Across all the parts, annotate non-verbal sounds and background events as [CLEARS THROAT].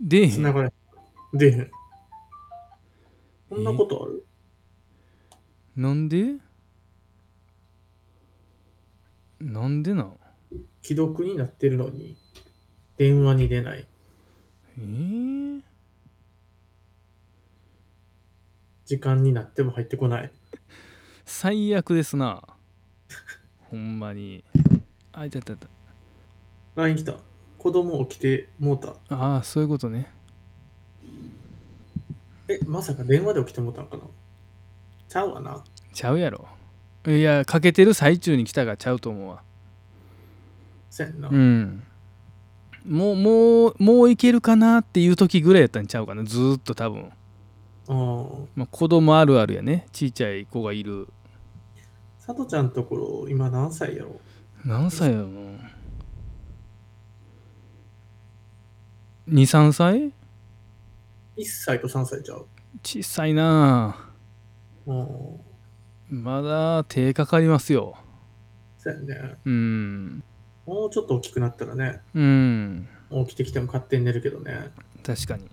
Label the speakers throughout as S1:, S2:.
S1: 出えへん
S2: 繋がれ。出えへん。こんなことある
S1: なんでなんでな
S2: 既読になってるのに、電話に出ない。
S1: えー、
S2: 時間になっても入ってこない。
S1: 最悪ですな。ほんまに。あ、いたいたいた。
S2: LINE 来た。子供起きてもうた。
S1: ああ、そういうことね。
S2: え、まさか電話で起きてもうたんかなちゃうわな。
S1: ちゃうやろ。いや、かけてる最中に来たがちゃうと思うわ。
S2: せんな。
S1: うん。もう、もう、もういけるかなっていう時ぐらいやったんちゃうかな。ずーっと多分。
S2: ああ。
S1: まあ、子供あるあるやね。ちいちゃい子がいる。
S2: さとちゃんところ、今何歳やろ
S1: 何歳やろな。2、3歳
S2: ?1 歳と3歳ちゃう。
S1: 小さいなあ
S2: うん。
S1: まだ手かかりますよ。
S2: せやね。
S1: うん。
S2: もうちょっと大きくなったらね、
S1: うん。
S2: 起きてきても勝手に寝るけどね。
S1: 確かに。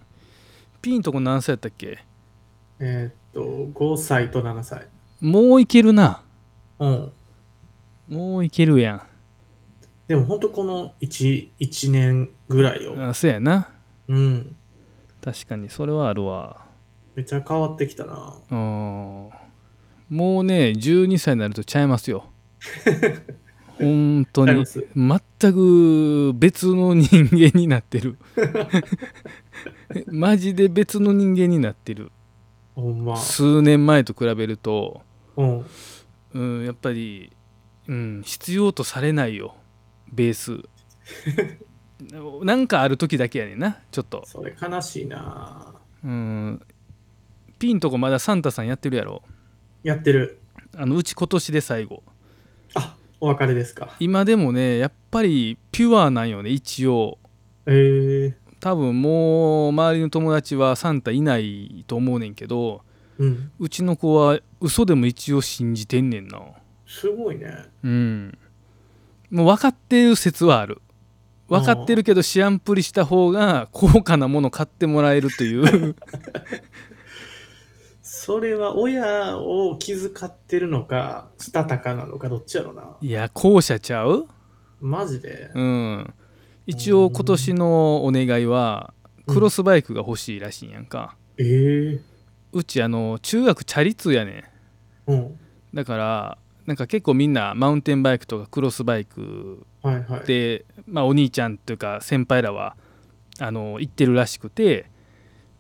S1: ピンとこ何歳やったっけ
S2: えーっと、5歳と7歳。
S1: もういけるな。
S2: うん。
S1: もういけるや
S2: でも本当この1、1年ぐらい
S1: ん。
S2: よ。
S1: あそうやな。
S2: うん。
S1: 確かに、それはあるわ。
S2: めっちゃ変わってきたな。
S1: うん。もうね、12歳になるとちゃいますよ。本当
S2: あり
S1: に
S2: ま。す
S1: 全く別の人間になってる。 [LAUGHS] マジで別の人間になってる。
S2: ほんま。
S1: 数年前と比べると。
S2: うん。
S1: うん、やっぱり、うん、必要とされないよベースなんかある時だけやねんなちょっと、
S2: それ悲しいな。
S1: うん、ピンとこまだサンタさんやってるやろ
S2: やってる。
S1: あのうち今年で最後
S2: あ、お別れですか。
S1: 今でもねやっぱりピュアなんよね一応
S2: えー。
S1: 多分もう周りの友達はサンタいないと思うねんけど
S2: うん。
S1: うちの子は嘘でも一応信じてんねんな
S2: すごいね。
S1: うん、もう分かってる説はある分かってるけど知らんぷりした方が高価なもの買ってもらえるという
S2: それは親を気遣ってるのか、したたかなのか、どっちやろな。
S1: [LAUGHS] いや後者ちゃう
S2: マジで。
S1: うん一応今年のお願いはクロスバイクが欲しいらしいんやんか、
S2: えー。
S1: うちあの中学チャリ通やね
S2: うん。
S1: んだからなんか結構みんなマウンテンバイクとかクロスバイク
S2: はいはい。
S1: で、まあ、お兄ちゃんというか先輩らはあの行ってるらしくて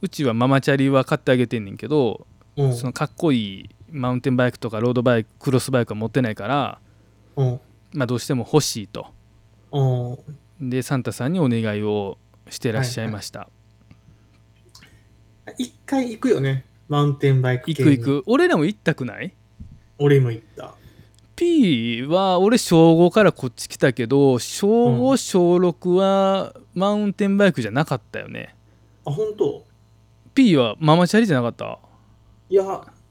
S1: うちはママチャリは買ってあげてんねんけど
S2: うん。
S1: そのかっこいいマウンテンバイクとかロードバイククロスバイクは持ってないから、
S2: うん。
S1: まあ、どうしても欲しいと
S2: うん。
S1: でサンタさんにお願いをしてらっしゃいました、
S2: 一回行くよね。マウンテンバイク
S1: 行
S2: 系
S1: く
S2: に
S1: 行く俺らも行ったくない
S2: 俺も行った。
S1: P は俺小5からこっち来たけど小5、
S2: う
S1: 小6はマウンテンバイクじゃなかったよね
S2: あ、本当
S1: P はママチャリじゃなかった
S2: いや、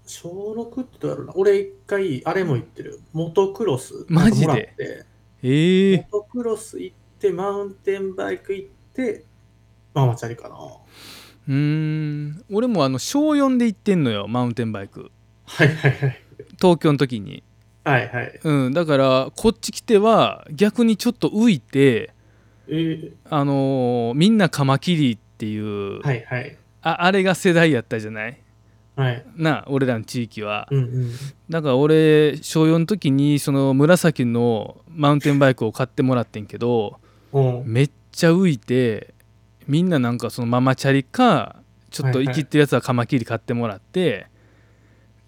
S2: 小6ってどうやろうな。俺一回、あれも行ってる。モトクロス。
S1: マジで
S2: なんかもらって
S1: ええ
S2: モトクロス行って、マウンテンバイク行って、ママチャリかな。
S1: うーん俺もあの小4で行ってんのよマウンテンバイク
S2: はいはいはい。
S1: 東京の時に、
S2: はいはい。
S1: うん、だからこっち来ては逆にちょっと浮いて
S2: えー、
S1: あのーみんなカマキリっていう、
S2: はいはい。
S1: ああれが世代やったじゃない
S2: はい。
S1: な俺らの地域は
S2: うんうん。
S1: だから俺小4の時にその紫のマウンテンバイクを買ってもらってんけど
S2: うん、
S1: めっちゃ浮いてみんななんかそのママチャリかちょっと
S2: はい
S1: 生
S2: はい
S1: きってるやつはカマキリ買ってもらって、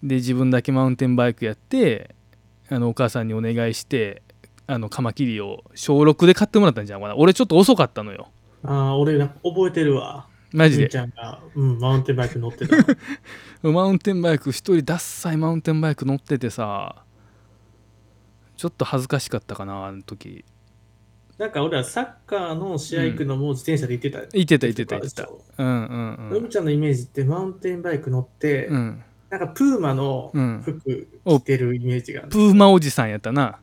S1: で自分だけマウンテンバイクやってあのお母さんにお願いしてあのカマキリを小6で買ってもらったんじゃんかな俺ちょっと遅かったのよ
S2: あー俺なんか覚えてるわ。
S1: マジ
S2: みー
S1: で
S2: ちゃんが、うん、マウンテンバイク
S1: [LAUGHS]
S2: 乗ってた。
S1: マウンテンバイク一人ダッサいマウンテンバイク乗っててさちょっと恥ずかしかったかなあの時
S2: なんか俺はサッカーの試合行くのも自転車で行ってた。
S1: いてたいてたいてたうんうんう
S2: のみ
S1: ん
S2: ちゃんのイメージってマウンテンバイク乗って、
S1: うん
S2: なんかプーマの
S1: うん
S2: 服着てるイメージがある
S1: プ。ーマおじさんやったな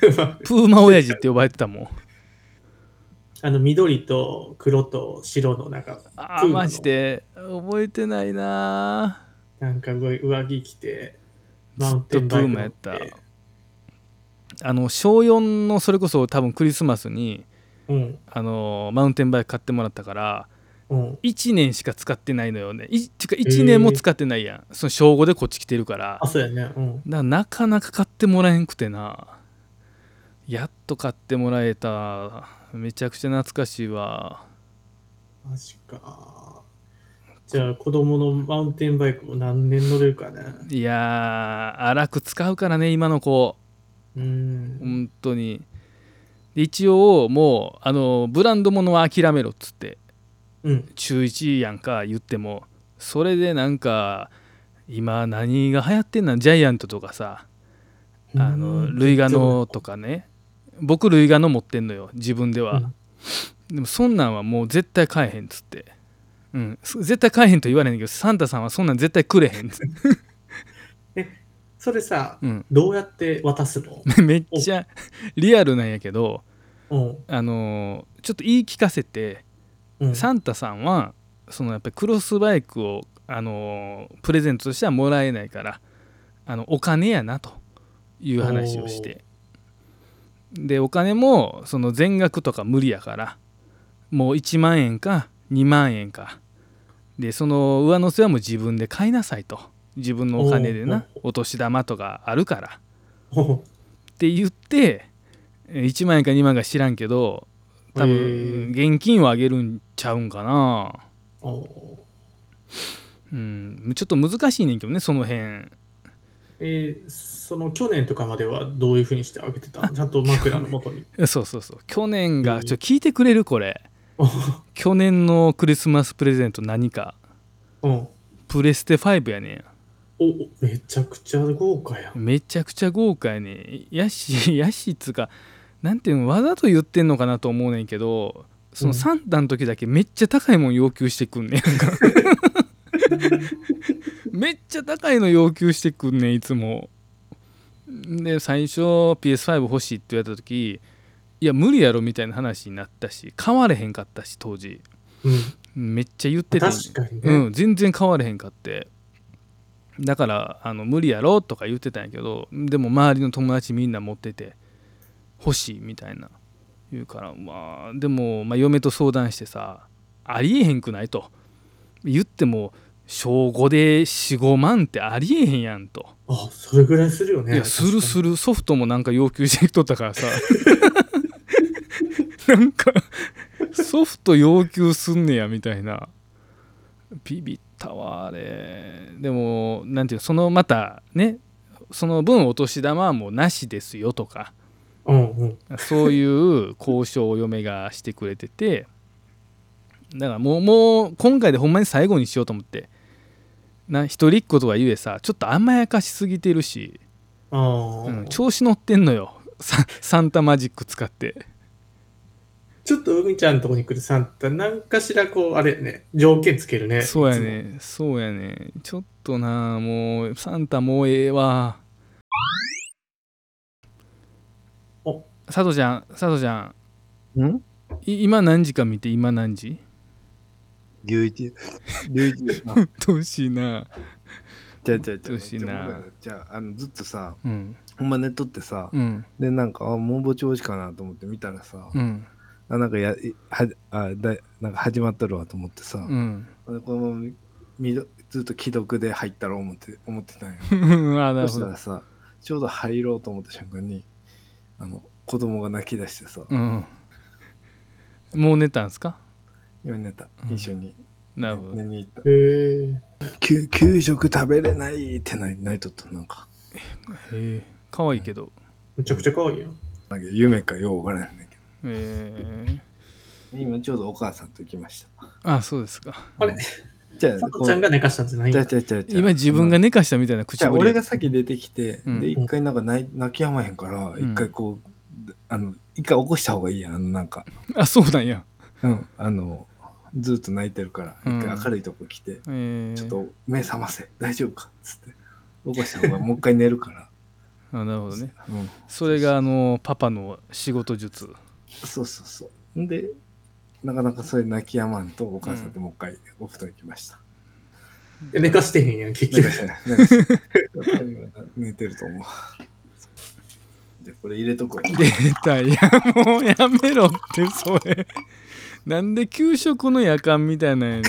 S2: プーマ
S1: プーマ親父って呼ばれてたもん
S2: [LAUGHS] あの緑と黒と白のなんか、
S1: あー
S2: プーマの
S1: マジで覚えてないな
S2: なんか上上着着て、
S1: ず
S2: マウン
S1: っ
S2: テ
S1: と
S2: ン
S1: ブ
S2: バ
S1: ー
S2: イク
S1: ムや
S2: 乗っ
S1: った
S2: て。
S1: あの小4のそれこそ多分クリスマスに
S2: うん、
S1: あのマウンテンバイク買ってもらったから
S2: うん。
S1: 1年しか使ってないのよねいてか1年も使ってないやん、その小5でこっち来てるから
S2: あ、そうやね。うん。
S1: だからなかなか買ってもらえんくてなやっと買ってもらえためちゃくちゃ懐かしいわ
S2: マジか。じゃあ、子供のマウンテンバイクも何年乗れるかね。
S1: いやー荒く使うからね今の子
S2: う
S1: 本
S2: ん。
S1: 当にで一応もうあのブランドものは諦めろっつって
S2: うん。
S1: 中1やんか言ってもそれでなんか今何が流行ってんのジャイアントとかさあの
S2: うん
S1: ルイガノとかね僕ルイガノ持ってんのよ自分では、でもそんなんはもう絶対買えへんっつって、うん、す絶対買えへんと言われへんけどサンタさんはそんなん絶対くれへんっつ
S2: [LAUGHS]
S1: って、
S2: それさ、
S1: うん、
S2: どうやって渡す
S1: [LAUGHS]
S2: の
S1: めっちゃリアルなんやけど
S2: うん。
S1: あのーちょっと言い聞かせて
S2: うん。
S1: サンタさんはそのやっぱりクロスバイクをあのープレゼントとしてはもらえないからあのお金やなという話をしてでお金もその全額とか無理やからもう1万円か2万円かでその上乗せはもう自分で買いなさいと自分のお金でなお年玉とかあるから
S2: お
S1: って言ってえー1万円か2万円か知らんけど多
S2: へ
S1: 分現金をあげるんちゃうんかな、
S2: お
S1: うん、ちょっと難しいねんけどねその辺
S2: えーその去年とかまではどういうふうにしてあげてたのちゃんと枕
S1: [LAUGHS]
S2: の元に。
S1: そうそうそう去年が、
S2: うん
S1: ちょ聞いてくれるこれ
S2: お
S1: 去年のクリスマスプレゼント何か
S2: うん
S1: プレステ5やね
S2: おおめちゃくちゃ豪華やん。
S1: んめちゃくちゃ豪華やねんやし [LAUGHS] やしっつうかなんていうのわざと言ってんのかなと思うねんけどそうの
S2: ん
S1: サンタの時だけめっちゃ高いもん要求してくんねんなんかめっちゃ高いの要求してくんねんいつもで最初 PS5 欲しいって言われた時いや無理やろみたいな話になったし買われへんかったし当時
S2: うん、
S1: めっちゃ言ってたん
S2: 確かにね。
S1: うん、全然変われへんかってだからあの無理やろとか言ってたんやけどでも周りの友達みんな持ってて欲しいみたいな言うからまあでも、まあ、嫁と相談してさありえへんくないと言っても小5で45万ってありえへんやんと、
S2: あそれぐらいするよね。
S1: いやするするソフトもなんか要求してきとったからさ [LAUGHS] なんかソフト要求すんねやみたいなビビったわあれでもなんていうのそのまたねその分お年玉はもうなしですよとか
S2: うんうん。
S1: そういう交渉を嫁がしてくれててだからもうもう今回でほんまに最後にしようと思ってな一人っ子とはいえさちょっと甘やかしすぎてるし
S2: ああ、
S1: うん調子乗ってんのよ [LAUGHS] ササンタマジック使って
S2: ちょっと海ちゃんのとこに来るサンタ、なんかしらこう、あれね、条件つけるね。
S1: そうやねそうやねちょっとなもうサンタもうええわ
S2: お
S1: 佐藤ちゃん佐藤ちゃ
S3: んん
S1: んい今何時か見て今何時 [LAUGHS]
S3: 牛一。牛一ですな。
S1: うっとうしいな
S3: じゃあじゃあ
S1: うっとうしいな
S3: じゃあ僕がじゃあ、あの、ずっとさ、
S1: うん
S3: ほんま寝とってさ、
S1: うん
S3: で、なんか、あ、もうぼちぼちかなと思って見たらさ、
S1: うん
S3: あなんかや、いはあだなんか始まっとるわと思ってさ、
S1: うん [LAUGHS]
S3: でこのままみみどずっと既読で入ったら思って、思ってたんよ。
S1: あな
S3: そ
S1: るほ
S3: した
S1: ど
S3: らさ、ちょうど入ろうと思った瞬間に、あの、子供が泣き出してさ、
S1: うんもう寝たんすか
S3: 今寝た
S1: う、ん
S3: 一緒に
S1: なるほど
S3: 寝に行った。
S2: へえ。
S3: 給給食食べれないってない泣いとった、なんか。
S1: へえかわいいけど
S2: めちゃくちゃ可愛いやん。
S3: なんか夢かようわからへんねんけ
S1: ええ
S3: ど。今ちょうどお母さんと行きました。
S1: あそうですか
S2: あれ、
S3: じゃあ、
S2: サンタちゃんが寝かしたんじゃないん
S3: じゃ
S2: だ
S3: あ、じゃあ、じゃあ、じゃあ
S1: 今自分が寝かしたみたいな口
S3: じゃあ
S1: ぶり
S3: 俺
S1: や
S3: が先出てきて、
S1: うん
S3: で一回なんか泣い泣きやまへんから
S1: うん
S3: 一回こう、あの一回起こした方がいいやんあのなんか、
S1: [LAUGHS] あそうなんや、
S3: うん、あのずっと泣いてるから
S1: うん
S3: 一回明るいとこ来て、
S1: えー、
S3: ちょっと目覚ませ大丈夫かっつって起こした方がもう一回寝るから、
S1: あなるほどね
S3: うん、
S1: それがあのパパの仕事術 [LAUGHS]
S3: そうそうそうでなかなかそれ泣きやまんとお母さんともう一回お布団行きました。
S2: 寝かしてへんやん、
S3: [LAUGHS]
S2: 結
S3: な
S2: 局
S3: んか。してないなんかしてないやっぱり寝てると思う。じゃあこれ入れとこう。
S1: 出たいやもうやめろってそれ [LAUGHS] なんで給食の夜間みたいなんやね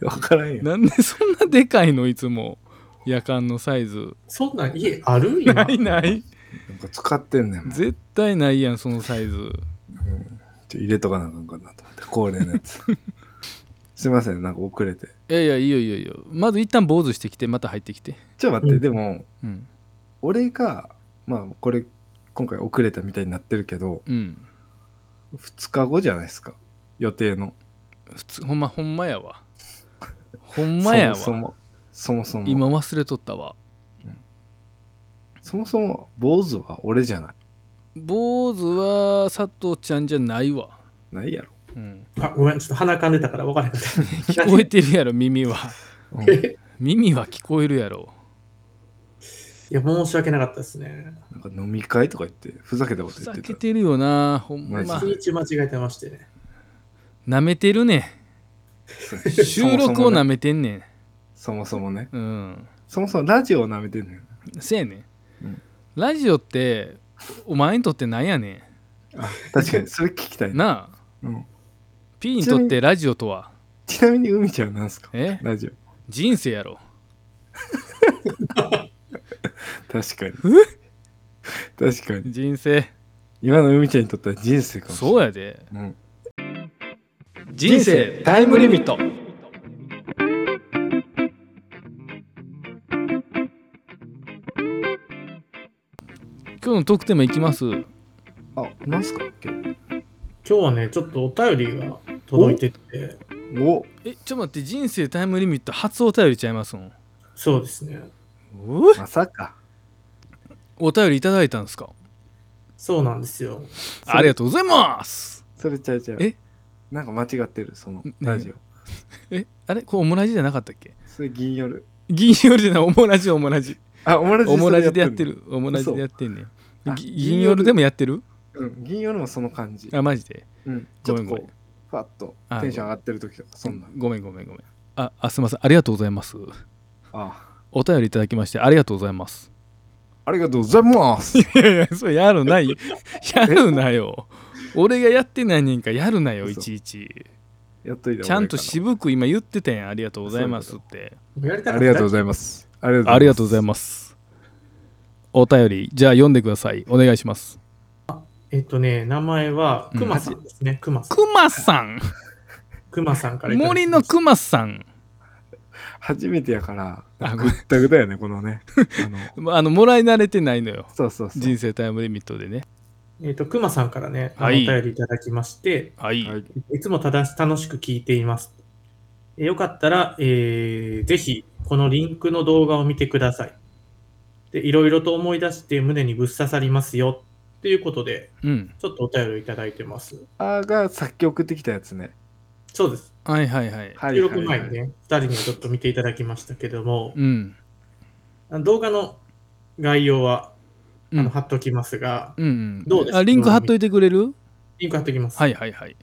S3: わからんよ [LAUGHS]
S1: ん。なんでそんなでかいのいつも夜間のサイズ
S2: そんなん家ある今
S1: ない
S3: [LAUGHS]
S1: ない
S3: なんか使ってんねんもん。
S1: 絶対ないやんそのサイズ
S3: うんちょ入れとかなあかんかなと思って、恒例のや
S1: [LAUGHS]
S3: つ。すいません、なんか遅れて。
S1: いやいやいいよいいよいいよまず一旦坊主してきてまた入ってきて
S3: ちょっと待って、
S2: うん
S3: でも、
S1: うん
S3: 俺が、まあ、これ、今回遅れたみたいになってるけど、
S1: うん
S3: 2日後じゃないですか、予定の。
S1: 普通ほんまほんまやわほんまやわ
S3: そもそも、そもそも、
S1: 今忘れとったわ
S3: そもそも、坊主は俺じゃない。
S1: 坊主は佐藤ちゃんじゃないわ、
S3: な
S1: [LAUGHS]
S3: いやろ。
S1: うん、
S2: あごめん、ちょっと鼻かんでたから分からへんかった。
S1: [LAUGHS] 聞こえてるやろ耳
S3: [LAUGHS]
S1: は
S3: うん
S1: 耳は聞こえるやろ
S2: [LAUGHS] いや、申し訳なかったですね。
S3: なんか飲み会とか言って、ふざけたこ
S1: ふ
S3: と
S1: ざ
S3: 言って
S1: け
S3: た。
S1: てるよなほんま
S3: マ
S2: 一日間違えてましてね。
S1: なめてる
S3: [LAUGHS]
S1: ねん収録をな
S3: め
S1: めてんねん
S3: そもそもね。
S1: うん
S3: そもそもラジオをなめてんねん。
S1: せやねん、
S3: うん
S1: ラジオってお前にとってなんやね
S3: あ確かに、それ聞きたい
S1: ん
S3: な。
S1: なあ
S3: うん、
S1: P にとってラジオとは
S3: ちなみに、海ちゃんなんすか
S1: え
S3: ラジオ。
S1: 人生やろ
S3: 確かに。確かに。
S1: 人生
S3: 今の海ちゃんにとっては人生かもしれない。
S1: そうやで
S3: う。ん、
S1: 人生タイムリミット今日のトークテーマいきます
S3: あ、なんすか今日
S2: 今日はね、ちょっとお便りが届いてて、
S3: お
S1: えちょっと待って人生タイムリミット初お便りちゃいますもん
S2: そうですね。
S1: う
S3: まさか。
S1: お便りいただいたんですか
S2: そうなんですよ。
S3: それ
S1: ありがとうございます
S3: それちゃうちゃう。
S1: え
S3: なんか間違ってる、その
S1: ね
S3: ラジオ。
S1: えあれこれオムラジじゃなかったっけ
S3: それ銀夜。
S1: 銀曜日じゃないオムラジオムラジ
S3: あ、オムラジ
S1: オムラジでやっ
S3: んの
S1: て。るオムラジでやってんねん
S3: 嘘あ
S1: ぎ銀曜日でもやってる
S3: うん、銀夜もその感じ。
S1: あマジで
S3: うん、ち
S1: ご
S3: ょっ
S1: め
S3: と
S1: んご
S3: こ
S1: めん
S3: う、ふわっと
S1: あ
S3: テンション上がってる時とか、そんな。
S1: ごめんごめんごめんああすいませんありがとうございます
S3: あ
S1: お便りいただきましてありがとうございます。
S3: ありがとうござ
S1: [LAUGHS]
S3: います。
S1: いやいや、それやるない。 [LAUGHS] やるなよ。俺がやってないねんからやるなよ、い
S3: 嘘
S1: ちいち。
S3: やっといて
S1: ちゃんと渋く今言ってたやん、ありがとうございますって。
S2: やりた
S3: あ
S2: かっ
S3: り
S2: た
S3: がとうございます。あり
S1: ありがとうござい
S3: ま
S1: ます。お便り、じゃあ読んでください。お願いします。
S2: えっとね、名前は、くまさんですね。くまさん。
S1: くまさん
S2: くまさんからいただきま
S1: 森
S2: した
S1: のくまさん
S3: す。初めてやから、
S1: あご
S3: ぐ
S1: めん
S3: ったぐだよね、こ
S1: [LAUGHS]
S3: のね。あの
S1: まああの、もらい慣れてないのよ。
S3: そうそうそう。
S1: 人生タイムリミットでね。
S2: えっと、くまさんからね、あのお
S1: はい
S2: 便りいただきまして、
S1: はい。
S3: はい
S2: い、つも正し楽しく聞いています。えよかったら、えーぜひ、このリンクの動画を見てください。で、いろいろと思い出して胸にぶっ刺さりますよ。ということで、
S1: うん。
S2: ちょっとお便りいただいてます。
S3: あーがさっき送ってきたやつね。
S2: そうです。
S1: はいはいはい。
S3: は
S2: 収録前にね、2人にはちょっと見ていただきましたけども、
S1: うん。
S2: あの動画の概要は、あ
S1: う
S2: の
S1: ん
S2: 貼っときますが、
S1: うん。
S2: どうです
S1: あリンク貼っといてくれる
S2: リンク貼っときます。
S1: はいはいはい。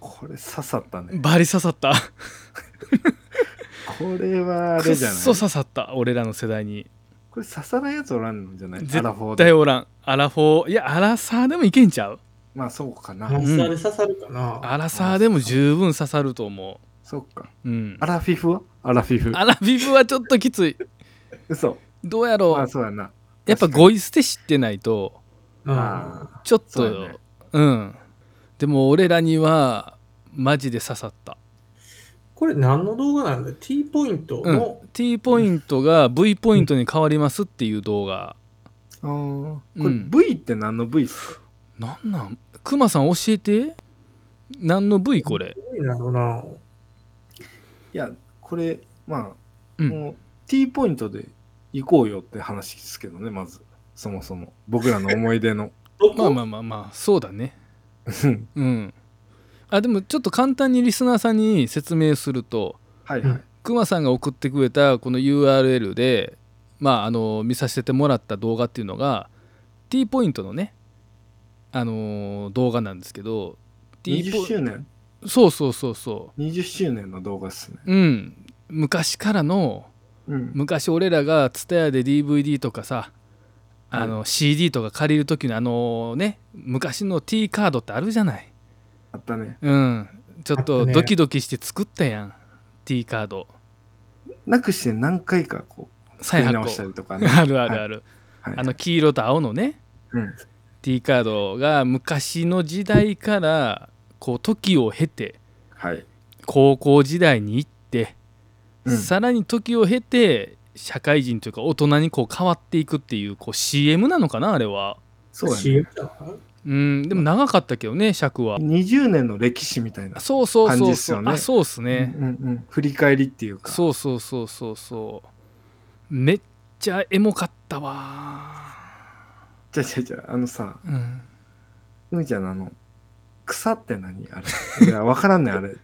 S3: これ刺さったね。
S1: バリ刺さった。
S3: これはあ
S1: くっ
S3: れじゃない
S1: そ刺さった俺らの世代に
S3: これ刺さないやつおらんのじゃない
S1: 絶
S3: アラフォー
S1: 対
S3: で。
S1: おらんアラフォーいやアラサーでもいけんちゃう
S3: まあそうか
S2: アラ
S3: な
S2: サ。ーで刺さるかな、
S1: アラサーでも十分刺さると思
S3: そうか。
S1: ううん
S3: アラフィフはアラフィフ。
S1: アラビブはちょっときつい
S3: 嘘。
S1: どうやろう、
S3: まあそうやな。
S1: やっぱ
S3: 5。
S1: ゴイ捨て知ってないと
S2: うん
S3: あ
S1: ちょっ
S3: そ
S1: と
S3: うやね
S1: うんでも俺らにはマジで刺さった、
S2: これ何の動画なんだ ?T ポイント
S1: う
S2: の
S1: ん、T ポイントが V ポイントに変わりますっていう動画、
S3: あー
S1: う
S3: こ
S1: ん
S3: れ V って何の V っすか
S1: なんなんクマさん教えて何の V これ
S2: どういうのやろうな。
S3: いや、これ、まあ、
S1: うん
S3: もう T ポイントで行こうよって話ですけどね、まず。そもそも。僕らの思い出の。
S2: どこ
S1: まあまあまあまあそうだね
S3: うん
S1: [LAUGHS] うん、あでもちょっと簡単にリスナーさんに説明すると
S3: はいは
S2: う
S3: い
S2: ん。
S1: くまさんが送ってくれたこの URL で、まあ、あの見させてもらった動画っていうのが T ポイントのね、あのー動画なんですけどティー
S3: 20
S1: ポ
S3: 周年
S1: そうそうそうそ
S3: ?20 周年の動画っすね。
S1: ううん昔からの
S3: うん。
S1: 昔俺らが TSUTAYA で DVD とかさあの CD とか借りる時のあのね昔の T カードってあるじゃない
S3: あったね。
S1: うんちょっ
S2: あっ
S1: と
S2: たね
S1: ドキドキして作ったやん T カード
S3: なくして何回かこう、
S1: 再発
S3: 直した
S1: 行
S3: りとかね。
S1: [LAUGHS] あるあるある、
S3: はい
S1: あの黄色と青のね
S3: うん。
S1: T カードが昔の時代からこう時を経て
S3: はい。
S1: 高校時代に行って、
S3: うん
S1: さらに時を経て社会人というか大人にこう変わっていくっていうこう CM なのかなあれは
S3: そうやね。
S2: CM だから
S1: うんでも長かったけどね尺は
S3: 20年の歴史みたいな。
S1: そうそう
S3: 感
S1: そ
S3: じ
S1: う
S3: っす
S1: そう、
S3: よね
S1: あそうっすね、
S3: うんうんうん。振り返りっていうか。
S1: そうそうそうそうそうめっちゃエモかったわ
S3: じゃじゃじゃあのさ、
S1: うん
S3: 海ちゃんのあの、草って何あれ。いや、わからんねん、あれ。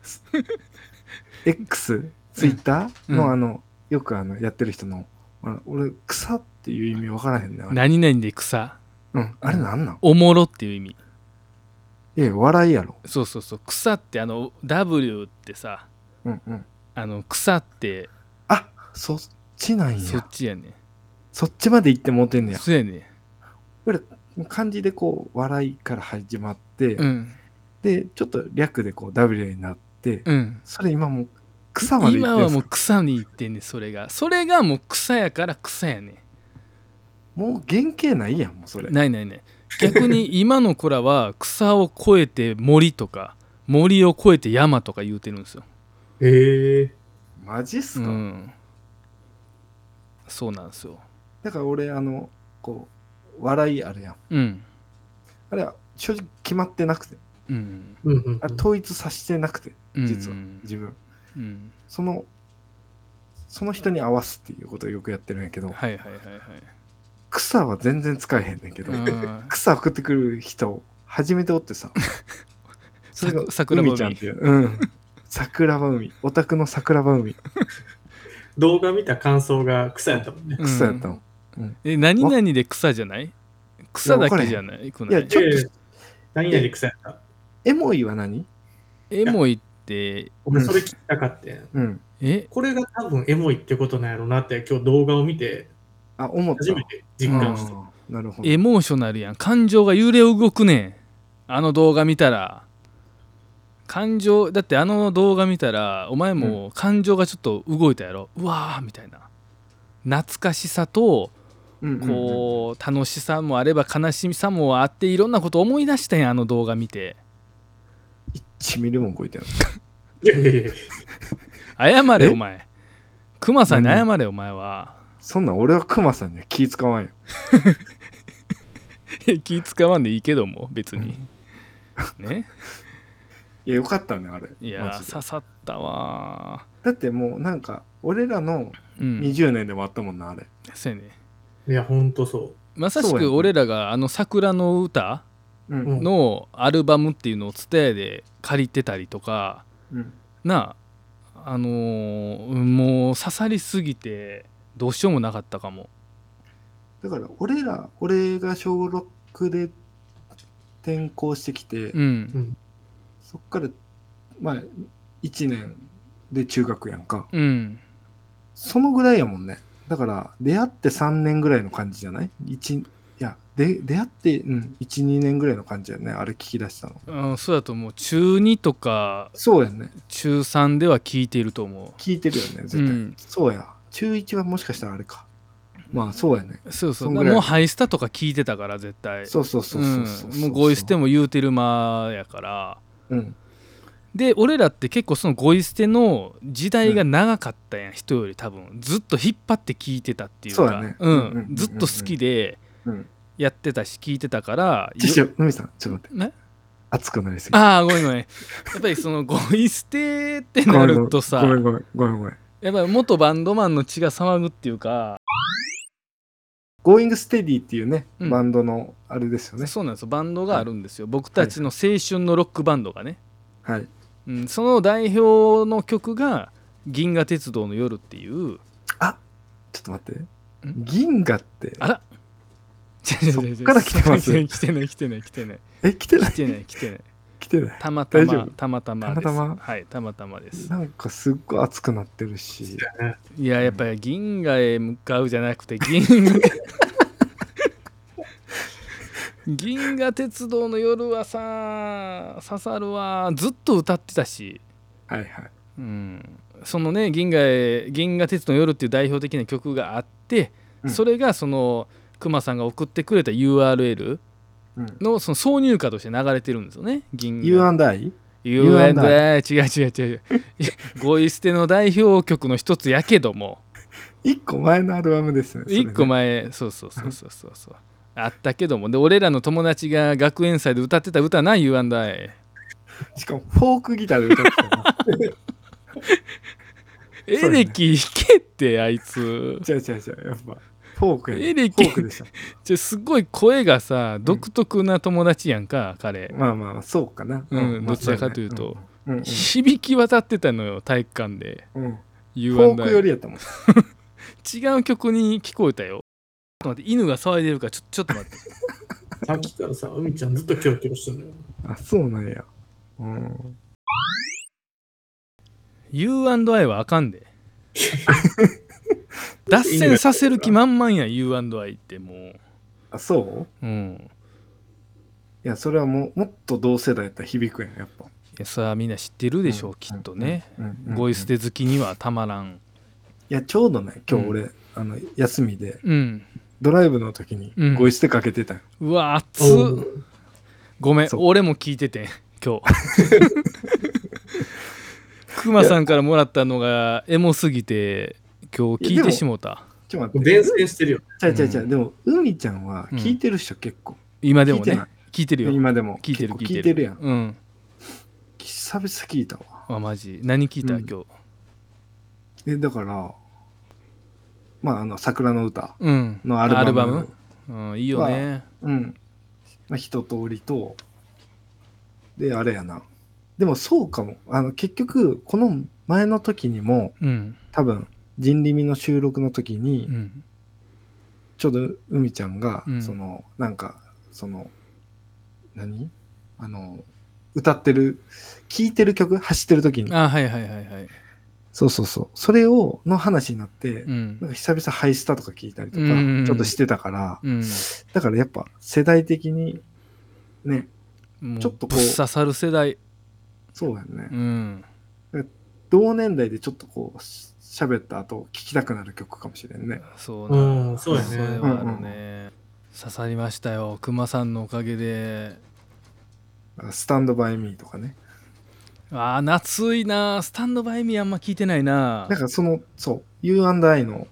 S3: X、ツイッター
S1: うん
S3: のあの、よくあの、やってる人の、あの俺、草っていう意味わからへんねん、あれ。
S1: 何々で草
S3: うん。あれなんなん
S1: おもろっていう意味
S3: いや、笑いやろ。
S1: そうそうそう草ってあの W ってさ
S3: うんうん。
S1: あの草って
S3: あそっちなん
S1: そっ
S3: や。
S1: ちやね
S3: そっちまで行ってもうてんねや。
S1: そうやね
S3: 漢字でこう、笑いから始まって、
S1: うん
S3: で、ちょっと略でこう、W になって、
S1: うん
S3: それ今もう、草まで行って
S1: 今
S3: ん
S1: は
S3: す
S1: もう
S3: か
S1: 草に行ってんねそれがそれがもう草やから草やね
S3: もう原型ないやん、もうそれ。
S1: ないないない逆に今の子らは草を越えて森とか森を越えて山とか言うてるんですよ、
S2: へえ。
S3: マジっす
S1: う
S3: か、
S1: ん、そうなんですよ
S3: だから俺、あの、こう、笑いあるやん。
S1: うん
S3: あれは、正直決まってなくて、
S1: うん
S2: うんうんうん
S3: あれ統一させてなくて、
S1: うん
S3: 実は
S1: うん
S3: 自分。
S1: うん
S3: その、その人に合わすっていうことをよくやってるんやけど、
S1: はいはいはい
S3: 草は全然使えへんねんけど、
S1: はいうん
S3: 草送ってくる人初めておってさそれが
S1: さ桜庭海
S3: 海ちゃんっていう、うん、桜庭海オタクの桜庭海
S2: 動画見た感想が草やったもんね。
S3: 草やったの、
S1: え何々で草じゃない草だけじゃないく
S3: い
S1: な
S3: や
S1: い
S3: ちょっと、
S2: ええ何々草やった。
S3: エモいは何
S1: エモいって
S2: 俺それ聞きたかったん。
S3: うん
S1: え
S2: これが多分エモいってことなんやろうなって今日動画を見て
S3: あ思った
S2: 初めて実感した。
S3: あーなるほど
S1: エモーショナルやん感情が揺れ動くねんあの動画見たら感情だってあの動画見たらお前も感情がちょっと動いたやろ、うわーみたいな懐かしさと
S3: うんうんうん
S1: こう楽しさもあれば悲しみさもあっていろんなこと思い出したやんあの動画見て
S3: 1ミリも動いてない
S2: いやいやいや、
S1: 謝れ
S3: え
S1: お前クマさんに謝れお前は [LAUGHS]
S3: そんなん俺はクマさんには気使わんよ
S1: いや気使わんでいいけども別に [LAUGHS] ね
S3: いやよかったねあれ
S1: い
S3: マ
S1: や
S3: ジで
S1: 刺さったわ
S3: だってもうなんか俺らの
S1: ーうん
S3: 20年でもあったもんなあれ、
S1: そうやね
S2: いやほんとそ
S1: まさし
S3: そうや
S1: く
S3: ね
S1: 俺らがあの「桜の歌
S3: うん
S2: うん」
S1: のアルバムっていうのを TSUTAYA で借りてたりとか
S3: うん
S1: なああのーもう刺さりすぎてどうしようもなかったかも
S3: だから俺ら俺が小6で転校してきて、
S1: うん
S3: そっから、まあ、1年で中学やんか。
S1: うん
S3: そのぐらいやもんね。だから、出会って3年ぐらいの感じじゃない ?1、いや、で、出会って、うん、1、2年ぐらいの感じやね。あれ聞き出したの。
S1: うんそうだと思う中2とか
S3: そうやね。
S1: 中3では聞いていると思
S3: 聞いてるよね、絶対。
S1: うん
S3: そうや。中1はもしかしたらあれか。まあ、そうやね。
S1: うそうそ
S3: そ
S1: うん
S3: ぐらい
S1: もうハイスタとか聞いてたから絶対
S3: そうそうそうそうそう
S1: うんもうゴイステ
S3: も。
S1: も言うてる間やから
S3: うん。
S1: で俺らって結構そのゴイ捨ての時代が長かったやん、人より多分ずっと引っ張って聞いてたっていうか
S3: そうだね
S1: ん
S3: うんうんうんうん
S1: ずっと好きで
S3: うん。
S1: やってたし聞いてたから
S3: ちょちょ、海さん、ちょっと待っ
S1: ね
S3: て。熱くなりすぎ。
S1: ああごめんごめんやっぱりそのゴイ捨てってなるとさ
S3: ごめんごめん、ごめんごめん。
S1: やっぱり元バンドマンの血が騒ぐっていうか、
S3: ゴーイングステディっていうね、
S1: うん
S3: バンドのあれですよね。
S1: そうなんですよバンドがあるんですよ、僕たちの青春のロックバンドがね、
S3: はい。
S1: うん、その代表の曲が「銀河鉄道の夜」っていう
S3: ちょっと待って。銀河って、
S1: あら
S3: そっから来てます
S1: [LAUGHS] 来てない来てない来てない
S3: え、来てない
S1: 来てない来てない
S3: 来てない。
S1: たまた
S3: 大丈
S1: ま
S3: 夫
S1: たまたまです
S3: たまたま
S1: はいたまたまです
S3: なんかすっごい熱くなってるし、
S1: いややっぱり銀河へ向かうじゃなくて銀 [LAUGHS] 銀河鉄道の夜はさ刺さるわずっと歌ってたし、
S3: はいはい。
S1: うん、そのね銀河へ銀河鉄道の夜っていう代表的な曲があって、
S3: うん
S1: それがそのくまさんが送ってくれた URL
S3: うん、
S1: のその挿入歌として流れてるんですよね銀河
S3: You and I?
S1: You and
S3: You
S1: I 違う違う違う違うゴイ捨ての代表曲の一つやけども
S3: 一個前のアルバムですね。それね
S1: 一個。前そうそうそうそうそうそうあったけどもで俺らの友達が学園祭で歌ってた歌な You and I
S3: しかもフォークギターで歌ってたの。
S1: [LAUGHS]
S3: ね
S1: エレキ弾けってあいつ
S3: 違う違う違う。やっぱ、フォークやね
S1: エレ
S3: フ
S1: キ
S3: ォークでした。
S1: ちょすごい声がさ独特な友達やんか彼
S3: まあまあまあ、そうかな。
S1: うん
S3: まあ
S1: どちらかというと。
S3: そうやね
S1: 響き渡ってたのよ体育館で
S3: うんうんうんうんフ
S1: You
S3: ォ
S1: and
S3: ークよ
S1: I
S3: りやったもん。
S1: 違う曲に聞こえたよちょっと待って犬が騒いでるからちょちょっと待って
S2: さっきからさ、海ちゃんずっとキョロキョロしてるのよ。
S3: あ、そうなんや。うん。
S1: You and I はあかん
S3: [LAUGHS]
S1: で脱線させる気満々やん You and I っても
S3: あ、そう
S1: ううん
S3: いや、それはもうもっと同世代やったら響くやん、やっぱ。
S1: いやさあみんな知ってるでしょう、
S3: うん
S1: きっとね、
S3: うんうんうん
S1: ゴイ捨て好きにはたまらん
S3: いや、ちょうどね、今日俺、
S1: う
S3: あの、休みで、
S1: うん
S3: ドライブの時に
S1: うん
S3: ゴイ捨てかけてたよ。
S1: うわ熱っ
S2: おう
S1: ごめん
S3: そう
S1: 俺も聞いててん [LAUGHS]
S3: [LAUGHS]
S1: 今日クマさんからもらったのがエモすぎて今日聞いてしもうた
S3: ちょっと待って。
S2: 伝染してるよ。
S3: ちゃうちゃうちゃ
S1: う
S3: う。
S1: ん
S3: でも、海ちゃんは聞いてるっしょ、結構。
S1: 今でも
S3: 聞いて
S1: ね
S3: ない
S1: 聞いてるよ
S3: 今でも。
S1: 聞いてる
S3: 結構
S1: 聞
S3: 聞
S1: いて
S3: いて
S1: る
S3: るやん。
S1: うん
S3: 久々聞いたわ。
S1: あマジ何聞いた、
S3: うん
S1: 今日
S3: え、だから、まあ、あの、桜の歌
S1: うん
S3: のアルバム。
S1: うん、いいよね。
S3: うん。まあ、一通りと、で、あれやな。でも、そうかも。あの、結局、この前の時にも、
S1: うん。
S3: 多分、人リミの収録の時に、
S1: うん。
S3: ちょうど海ちゃんが、
S1: うん
S3: そのなんかその何あの歌ってる聴いてる曲走ってる時に
S1: あ、はいはいはいはい。
S3: そうそうそうそれをの話になって、
S1: うん
S3: な。んか久々ハイスタとか聞いたりとか、
S1: うん
S3: ちょっとしてたから、
S1: うん。
S3: だからやっぱ世代的にね
S1: もう
S3: ちょっとこう
S1: ぶっ刺さる世代。
S3: そうやね、
S1: うん。
S3: 同年代でちょっとこうし喋った後聴きたくなる曲かもしれんね
S1: そう
S2: う、
S1: なん
S2: そうや
S1: それ
S2: ね。
S1: はあるね。刺さりましたよ。熊さんのおかげで。
S3: だからスタンドバイミーとかね
S1: ああ、夏いな。スタンドバイミーあんま聞いてないな
S3: だ。からそのそう U&I の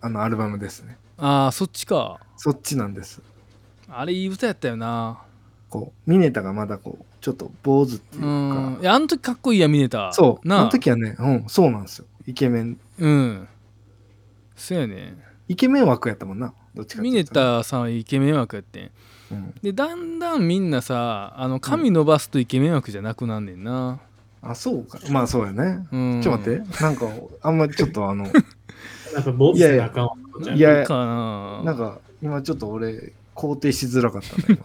S3: あのアルバムですね
S1: ああ、そっちか。
S3: そっちなんです
S1: あれいい歌やったよな。
S3: こうミネタがまだこうちょっと坊主ってい
S1: う
S3: うか、
S1: ん。いや、あの時かっこいいや、ミネタ。
S3: そう
S1: な
S3: あ
S1: あ
S3: の時はね、うん、そうなんですよイケメン
S1: うん。そうやね。
S3: イケメン枠やったもんなどっちかって
S1: ミ
S3: い
S1: ネ
S3: うとね、
S1: タさんはイケメン枠やってん。
S3: うん、
S1: でだんだんみんなさあの髪伸ばすとイケメン枠じゃなくなんねんな、
S3: あそうかまあそうやね、
S1: うん、
S3: ちょっと待ってなんかあんまりちょっとあの
S2: なんか坊主なあかんわ。
S1: なん
S3: いや
S1: かな
S3: なんか今ちょっと俺肯定しづらかったね
S1: [LAUGHS]
S3: 今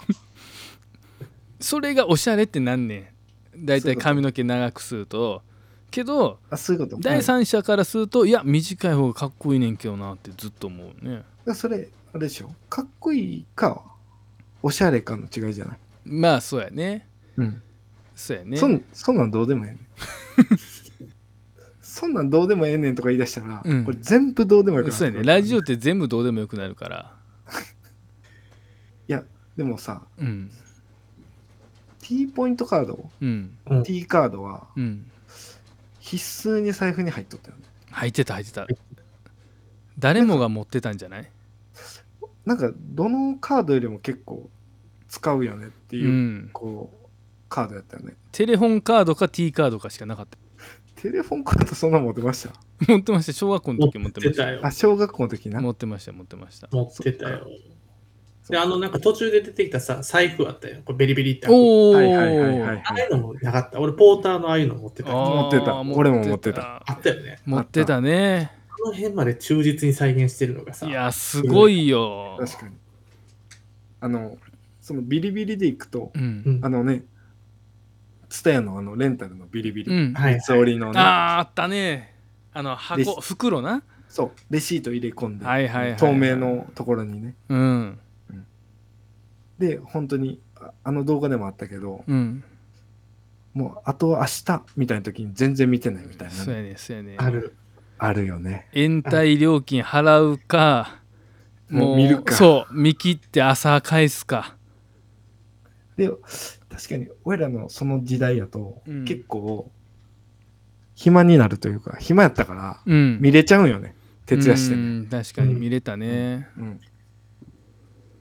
S1: それがおしゃれってなんねんだいたい髪の毛長くするとけど
S3: あそういうこと
S1: 第三者からすると、いや短い方がかっこいいねんけどなってずっと思うね
S3: うんそれあれでしょかっこいいかおしゃれかの違いじゃない、
S1: まあそうやね
S3: うん、
S1: そうやね
S3: そんそんなんどうでもええねん
S2: [LAUGHS]
S3: そんなんどうでもええねんとか言い出したら、
S1: うん
S3: これ全部どうでもよくなって
S1: そう
S3: く
S1: や
S3: る
S1: ねラジオって全部どうでもよくなるから
S3: でもさ、
S1: うん
S3: T ポイントカード、
S1: うん
S3: T カードは
S1: うん
S3: 必須に財布に入っとったよね。
S1: 入ってた入ってた誰もが持ってたんじゃない
S3: なんか、どのカードよりも結構使うよねって
S1: う
S3: いう、
S1: ん
S3: こう、カードやったよね。
S1: テレホンカードか T カードかしかなかった
S3: テレフォンカードそんな持ってました
S1: 持ってました小学校の時持
S2: 持
S1: っ
S2: ってて
S1: ましたた
S2: よ
S3: あ、。小学校の時な。
S1: 持ってました持ってました
S2: 持ってたよ。
S3: そう
S2: で、あの、なんか途中で出てきたさ、財布あったよ。これベリベリって開く。
S1: おお、
S3: はいはいはいはい
S2: あ
S3: は
S2: あい
S3: い。
S2: うのもなかった。俺、ポーターのああいうの持ってた。あ
S3: 持ってた
S1: あー
S3: 俺も持ってた
S2: ったよね。
S1: 持ってたね
S2: この辺まで忠実に再現してるのがさ。
S1: いやすごいよ
S3: 確かに。あの、そのビリビリで行くと、
S1: うん
S2: うん
S3: あのね、ツタヤのあのレンタルのビリビ
S1: う
S3: リ、
S1: ん、あ
S2: はい、
S3: 三つ折りの
S1: ー
S3: ね、
S1: あったねあの
S3: で
S1: 箱
S3: す
S1: 袋な
S3: そう、レシート入れ込んで、
S1: はいはいはいはい
S3: 透明のところにね。
S1: うん
S3: で、本当に、ああの動画でもあったけど、
S1: うん
S3: もう、あとは明日みたいな時に全然見てないみたいな
S1: そう
S3: ね、
S1: やねそうやね
S2: ある。
S3: あるよね。
S1: 延滞料金払うか
S3: もう見るか。
S1: そう見切って朝返すか
S3: で、確かに、俺らのその時代やと、
S1: うん
S3: 結構、暇になるというか、暇やったから、
S1: うん
S3: 見れちゃうんよね。徹夜してね。
S1: うん確かに見れたね、
S3: うん。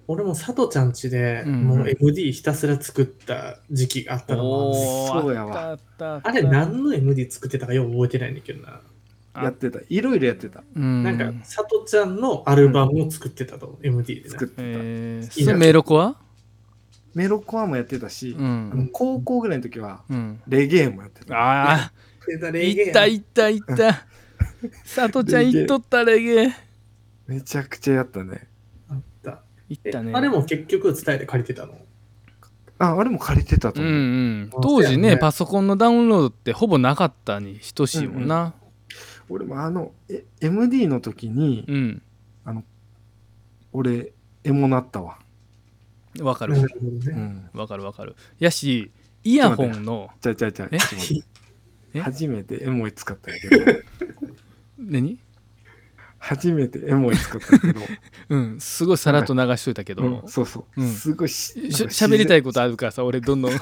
S2: 俺も佐藤ちゃん家で、
S1: うん
S2: もう MD ひたすら作った時期があったのもある
S1: おお
S3: そうやわ
S1: あったあった
S2: あれ何の MD 作ってたかよう覚えてないんだけどな。
S1: あ
S3: やってた。いろいろやってた。
S1: うん
S2: なんか、佐藤ちゃんのアルバムを作ってたと思う、MD でな
S3: 作ってた。
S1: えー、
S2: き
S1: そ
S2: な
S1: れメロコは
S3: メロコアもやってたし、
S1: う
S3: あの
S1: ん、
S3: 高校ぐらいの時は、
S1: うん、
S3: レゲエもやってた。
S1: あ
S2: でだ
S1: あ
S2: レゲエ
S1: いったいったいったさとちゃん
S3: レゲエ
S1: いっとったレゲエ
S3: めちゃくちゃやったね。
S2: あった。
S1: いっ
S2: え
S1: たね
S2: あれも結局伝えて借りてたの。
S3: あ、あれも借りてたと
S1: うん
S3: 思う。
S1: うん
S2: そう
S1: 当時
S2: そうや
S1: ね
S2: ね
S1: パソコンのダウンロードってほぼなかったに等しいもんな
S3: 俺もあの、え MD の時に、
S1: うん
S3: 俺、エモなったわ。
S1: わ、か
S2: な
S1: る
S2: るほど
S3: う
S2: ね。
S3: ん。
S1: わかるわかるやしイヤホンの
S3: ちゃいちゃいちゃい。
S1: え
S3: ちょっと待って
S1: え
S3: 初めてエモい使ったんやけ
S1: [LAUGHS]
S3: ど、
S1: 何
S3: 初めてエモい使ったんやけど、
S1: うんすごいさらっと流しといた [LAUGHS] けど、
S3: うんそうそう。
S1: うん
S3: すごいし、
S1: しゃ喋りた
S3: い。
S1: いことあるからさ俺どんどんど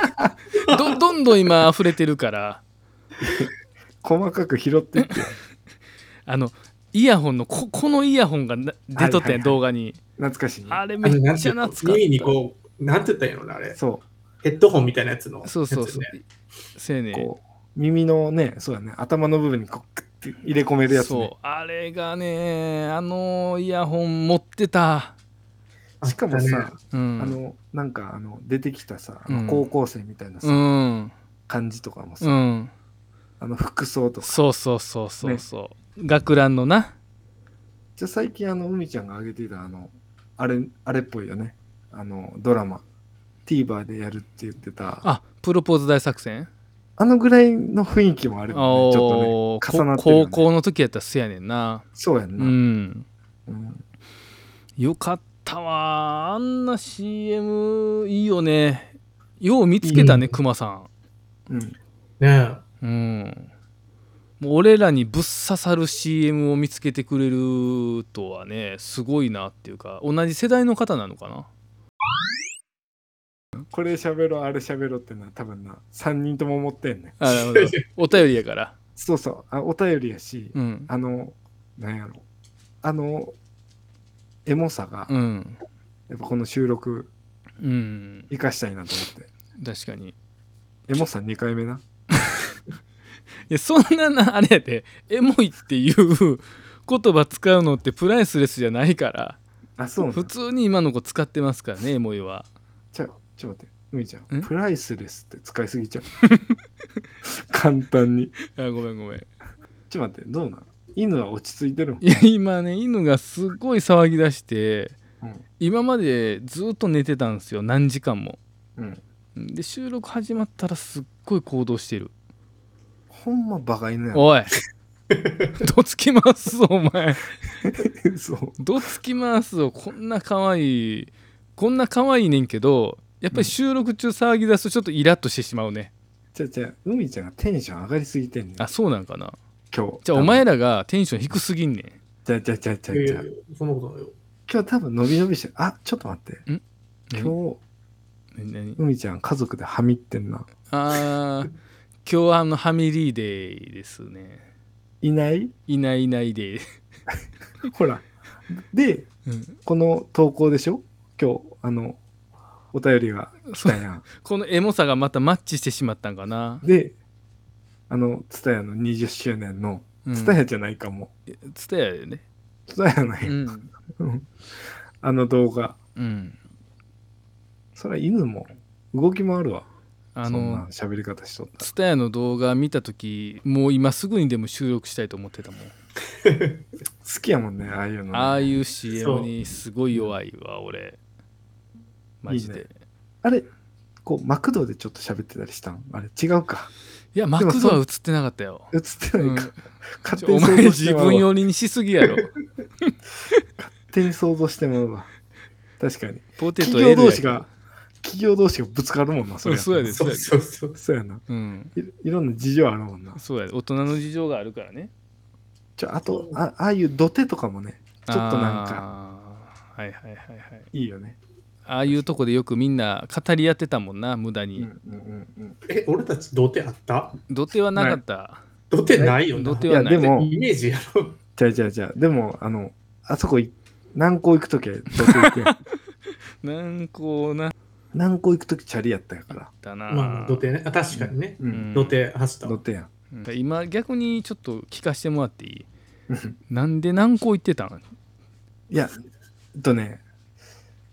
S1: どんどん今溢れてるから
S3: 細かく拾っ
S1: [LAUGHS]
S3: てって、
S1: あのイヤホンのここのイヤホンがな出とったん
S3: はいはいは
S1: や
S3: い
S1: 動画に
S3: 懐かしいね。
S1: あれ
S2: あ
S1: めっ
S2: のなんて
S1: ち
S2: い
S1: ゃ
S2: うの
S1: 懐かしい
S2: 耳にこう、なんて言ったんやろな、あれ。
S3: そ
S2: ヘッドホンみたいなやつの。
S1: そうそうそう
S2: やつよね
S1: せやね
S3: う。こう、耳のね、そうだね、頭の部分にこう、クッて入れ込めるやつ、ね。
S1: そうあれがねあのイヤホン持ってた
S3: しかも
S2: あった
S3: さ
S2: ね、
S1: うん
S3: あのなんかあの出てきたさ、あ
S1: うん
S3: の高校生みたいなさ、
S1: うん
S3: 感じとかもさ、
S1: うん
S3: あの服装とか
S1: そうそうそうそうそう、学ランのな
S3: じゃあ最近あの海ちゃんが上げてたあのあれあれっぽいよねあのドラマ TVer でやるって言ってたあ
S1: あプロポーズ大作戦
S3: のぐらいの雰囲気もあるよねちょ
S1: お
S3: っ
S1: ー
S3: とね重な
S1: こ
S3: ってるよ
S1: 高
S3: ね
S1: 校の時やったらせやねんな
S3: そうやん
S1: う
S3: な、うん
S1: んよかったわあんな CM いいよねよう見つけたね
S2: うん
S1: クマさ
S3: うん
S2: ね
S1: んうんもう俺らにぶっ刺さる CM を見つけてくれるとはねすごいなっていうか同じ世代の方なのかな
S3: これ喋ろうあれ喋ろうってのは多分な3人とも思ってんね
S1: あなるほど
S3: [LAUGHS]
S1: お便りやから
S3: そうそうあお便りやし、
S1: うん
S3: あのなんやろあのエモさが、
S1: うん
S3: やっぱこの収録
S1: うん
S3: 生かしたいなと思って
S1: 確かにい
S3: エモさ2回目な
S1: やそんななあれやでエモいっていう言葉使うのってプライスレスじゃないから
S3: あそうな
S1: 普
S3: の
S1: 通に今の子使ってますからねエモいは
S3: ちゃちょっと待ってうみちゃん
S1: ん
S3: プライスレスって使いすぎちゃう [LAUGHS] 簡単に
S1: あごめんごめん
S3: ちょっと待ってどうなの犬は落ち着いてるもん
S1: いや今ね犬がすごい騒ぎ出して
S3: うん
S1: 今までずっと寝てたんですよ何時間も
S3: うん
S1: で収録始まったらすっごい行動してる
S3: ほんまバカ犬や [LAUGHS]
S1: おいどつきますぞお前
S3: ん [LAUGHS] そう
S1: どつきますぞこんな可愛いこんな可愛いねんけどやっぱり収録中騒ぎ出すとちょっとイラッとしてしまうね
S3: じゃじゃうみちゃんがテンション上がりすぎてんねん
S1: あそうなんかな
S3: 今日
S1: じゃあお前
S3: ら
S1: らがテンション低すぎんねん
S3: じゃじゃじゃ
S2: え。
S3: じゃ
S2: いやい
S3: じ
S2: や
S3: ゃ
S2: そんなことないよ。
S3: 今日多分伸び伸びしてるあちょっと待って今
S1: 何
S3: 日
S1: 何
S3: うみちゃん家族ではみってんな
S1: あー今日はあのハミリーデーですね
S3: いない
S1: いないいないデー
S3: ほらで
S1: うん
S3: この投稿でしょ今日あのお便りが来たやん
S1: このエモさがまたマッチしてしまったんかな。
S3: で、あの、ツタヤの20周年の、ツタヤじゃないかも、
S1: つたやでね。
S3: ツタヤの、
S1: うん。
S3: [LAUGHS] あの動画、
S1: うん。
S3: そりゃ犬も動き回るわ。
S1: あ
S3: そんな
S1: の、
S3: 喋り方しとったら。
S1: つたやの動画見たとき、もう今すぐにでも収録したいと思ってたもん。
S3: 好きやもんね、ああいうのね、。
S1: ああいうう CM にすごい弱いわ、俺。マジで。
S3: あれ、こう、マクドでちょっと喋ってたりしたんあれ、違うか。
S1: いやマクドは映ってなかったよ、
S3: 映って
S1: う
S3: ない
S1: ん、
S3: か。勝
S1: ち
S3: 手
S1: ょお
S3: に想
S1: 前
S3: 像し
S1: 自
S3: てまうわ
S1: 分寄りにしすぎや
S3: [LAUGHS]
S1: ろ
S3: 勝手に想像してもらうわ。確かに。
S1: ポテト
S3: 企業
S1: L
S3: 同
S1: や
S3: 士
S1: けど
S3: が、企業同士がぶつかるもんな、それ。
S1: そうやで
S2: そうそうそう。
S3: そうやな。
S1: うん
S3: いいろんな事情あるもんな。
S1: そうや大人の事情があるからね
S3: ちょあとあ、ああいう土手とかもね、ちょっとなんか
S1: かはいはいはいはい
S3: いいよね。
S1: ああいうとこでよくみんな語り合ってたもんな無駄
S3: う
S1: に、
S3: んうんうん
S2: え、俺たち土手あった
S1: 土手はなかった、
S2: 土手ないよな。
S1: 土
S3: う
S1: 手
S3: ん。い
S1: はな
S3: や、
S1: い
S3: でも、
S2: イメージやろ。
S3: じゃあじゃあじゃあ、でも、あの、あそこい、南高行くときは土手行くや [LAUGHS] ん。
S1: なんこうな
S3: 南高行くときチャリやったやから。
S1: だな、
S2: まあまあ、土手ね。あ、確かにね。
S3: う。
S1: うんん
S2: 土手走った
S3: 土
S2: わ。
S3: 手やん。
S1: うん今逆にちょっと聞かせてもらっていい
S3: うん
S1: なんで何個行ってたん、
S3: いや、えっとね、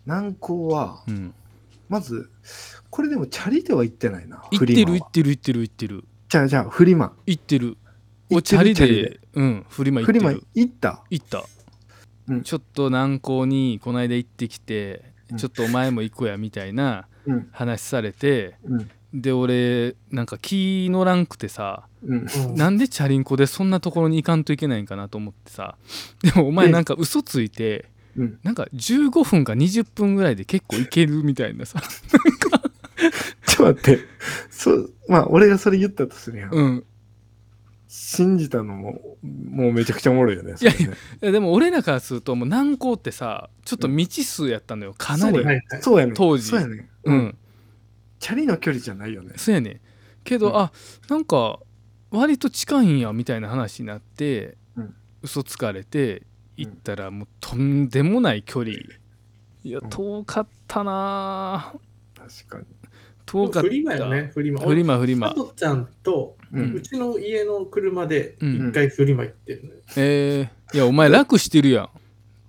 S3: 南高は、
S1: うん、
S3: まず、これでもチャリでは行ってないな。
S1: 行っ
S3: フリ
S1: てる
S3: マは
S1: 行ってる行ってる行ってる
S3: じゃあじゃあ、フリマ。
S1: 行ってる
S3: 行
S1: お
S3: って
S1: チ
S3: る
S1: ャリ
S3: チ
S1: で
S3: ャリで
S1: うんフリマ行
S3: フ
S1: って
S3: リマ
S1: る
S3: 行った。
S1: 行った、
S3: うん
S1: ちょっと南港にこの間行ってきて、
S3: うん
S1: ちょっとお前も行こうやみたいな
S3: うん。
S1: 話されて
S3: うん。
S1: で俺なんか気乗らんくてさ
S3: うん。
S2: うん
S1: なんでチャリンコでそんなところに行かんといけないんかなと思ってさでもお前なんか嘘ついて
S3: うん。
S1: なんか15分か20分ぐらいで結構行けるみたいなさ
S3: ちょっと待って。そう、まあ、俺がそれ言ったとするやん。
S1: うん
S3: 信じたのも、もうめちゃくちゃおもろいよね。
S1: いや
S3: それね
S1: いやでも俺らからするともう南港ってさちょっと未知数やったのよかなり
S3: そう
S1: う,、
S3: や
S2: は
S3: ね
S2: いはい。
S3: そうやねん
S1: 当時
S3: そうやねん。
S1: ん、
S3: チャリの距離じゃないよね。
S1: そうやねけど、
S3: うん
S1: あなんか割と近いんやみたいな話になって、
S3: うん
S1: 嘘つかれて行ったらもうとんでもない距離いや
S3: うん
S1: 遠かったなあ
S3: 確かに。
S1: 遠かった
S2: フリマよね、フリマ。
S1: フリマフリ
S2: マ。
S1: マ
S2: 佐藤ちゃんと、
S3: う。
S1: うん
S2: うんちの家の車で
S1: うん
S2: 一回フリマ行ってるのよ。
S1: えー、いやお前楽してるやん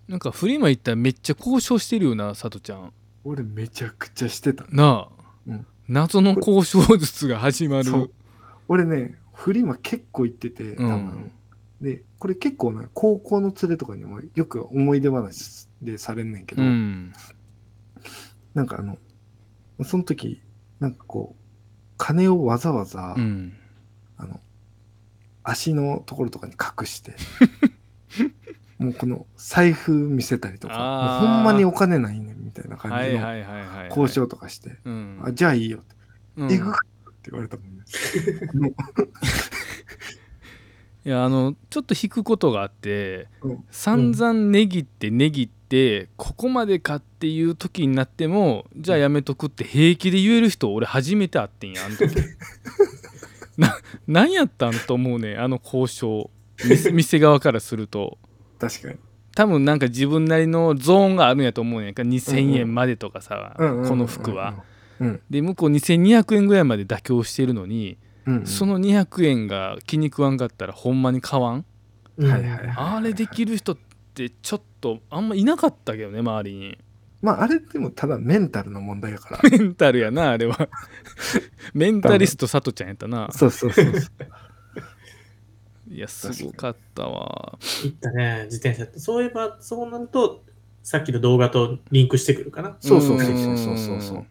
S1: なんかフリマ行ったらめっちゃ交渉してるよなさとちゃん
S3: 俺めちゃくちゃしてた。
S1: なあ、
S3: うん
S1: 謎の交渉術が始ま
S3: そ
S1: る
S3: う俺ね、フリマ結構行ってて、多
S1: うん
S3: 分。で、これ結構な、高校の連れとかにもよく思い出話でされんねんけど、
S1: うん
S3: なんかあの、その時、なんかこう、金をわざわざ、
S1: うん
S3: あの、足のところとかに
S1: [LAUGHS]
S3: 隠して、もうこの財布見せたりとか、
S1: あー
S3: もうほんまにお金ないねんみたいな感
S1: はい
S3: じ
S1: は
S3: の
S1: いはいはい
S3: 交渉とかして、
S1: うん
S3: あじゃあいいよって、
S1: うん
S3: えぐくって言われたもんね。もう
S1: いやあのちょっと引くことがあって、
S3: うん
S1: 散々値切って値切ってここまでかっていう時になってもじゃあやめとくって平気で言える人俺初めて会ってんやあの
S3: [LAUGHS]
S1: 時な何やったんと思うねあの交渉店店側からすると
S3: 確かに。
S1: 多分なんか自分なりのゾーンがあるんやと思うねんか
S3: うん
S1: 2,000
S3: うん
S1: 円までとかさ、
S3: うんうんうんうん
S1: この服は、。
S3: うん。
S1: で向こう2200円ぐらいまで妥協してるのに、
S3: うんうん
S1: その200円が気に食わんかったらほんまに買わん
S2: うん
S3: はいはいはい
S1: あれできる人ってちょっとあんまいなかったけどね周りに
S3: まあ、あれでもただメンタルの問題やか
S1: [LAUGHS]
S3: ら。
S1: メンタルやなあれはメンタリスト佐藤ちゃんやったな
S3: そうそうそうそう。
S1: いやすごかったわ
S2: 行ったね、自転車って。そういえば、そうなると、さっきの動画とリンクしてくるかな。
S3: そうそうそうそうそうそうそう
S1: うん。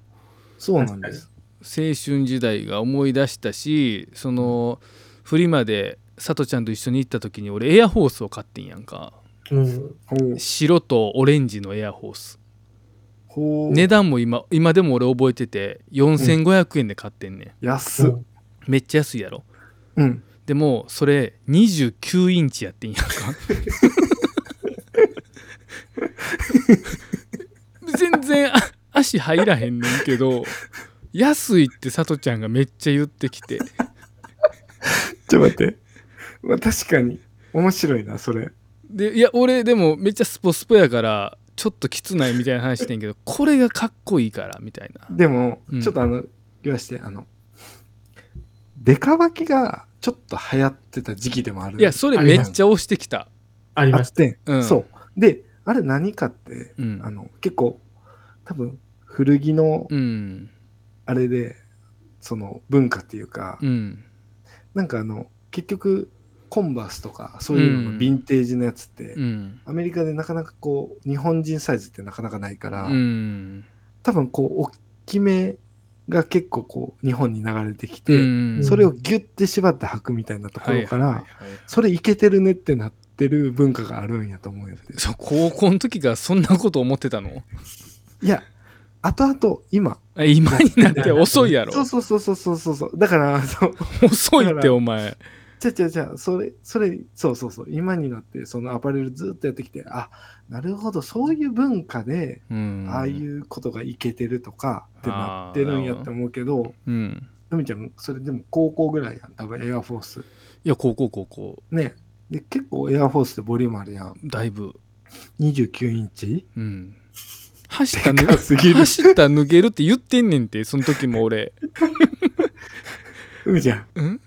S3: そうなんです。
S1: 青春時代が思い出したしそのフリマで佐藤ちゃんと一緒に行った時に俺エアホースを買ってんやんか
S2: うん。
S3: ほう
S1: 白とオレンジのエアホース
S3: ほう。
S1: 値段も今今でも俺覚えてて4500円で買ってんね、
S3: 安っ。
S1: ん、めっちゃ安いやろ
S3: うん。
S1: でもそれ29インチやってんやん
S3: [LAUGHS]
S1: か全然あ足入らへんねんけど安いってさとちゃんがめっちゃ言ってきて
S3: ちょっと待って。 [LAUGHS] まあ、確かに面白いな、それ。
S1: でいや俺でもめっちゃスポスポやからちょっときつないみたいな話してんけどこれがかっこいいからみたいな
S3: でも、
S1: うん
S3: ちょっとあの、言わして、あの、デカバキがちょっと流行ってた時期でもある。
S1: いやそれめっちゃ押してきた
S2: あり
S3: あ
S2: ま
S3: っ、
S2: して
S1: うん
S3: そう。で、あれ何かって、
S1: う
S3: あ
S1: ん、
S3: の、結構、多分、古着の
S1: うん
S3: あれで、その文化っていうか、
S1: うん、
S3: なんかあの、結局、コンバースとか、そういうの
S1: うん
S3: のヴィンテージのやつって、
S1: うん
S3: アメリカでなかなかこう、日本人サイズってなかなかないから、
S1: うん
S3: 多分こう、大きめが結構こう日本に流れてき
S1: う
S3: て、
S1: ん
S3: それをギュッて縛って履くみたいなところから、
S1: はいはいはい
S3: それいけてるねってなってる文化があるんやと思うよって
S1: [LAUGHS] そう高校の時からそんなこと思ってたの [LAUGHS]
S3: いや後々今
S1: あ今になって遅いやろ
S3: そうそうそうそうそうそうそうだからそう
S1: 遅いってお前
S3: じゃじゃじゃそれそれそうそうそう今になってそのアパレルずっとやってきてあなるほどそういう文化で
S1: うん
S3: ああいうことがいけてるとかってなってるんやって思うけど
S1: うん
S3: のみちゃんそれでも高校ぐらいやん多分エアフォース
S1: いや高校高校
S3: ねで結構エアフォースってボリュームあるやん
S1: だいぶ
S3: 29インチ
S1: うん走った抜
S3: でかすぎ
S1: け
S3: る
S1: 走った抜けるって言ってんねんてその時も俺
S3: うみちゃん
S1: うん、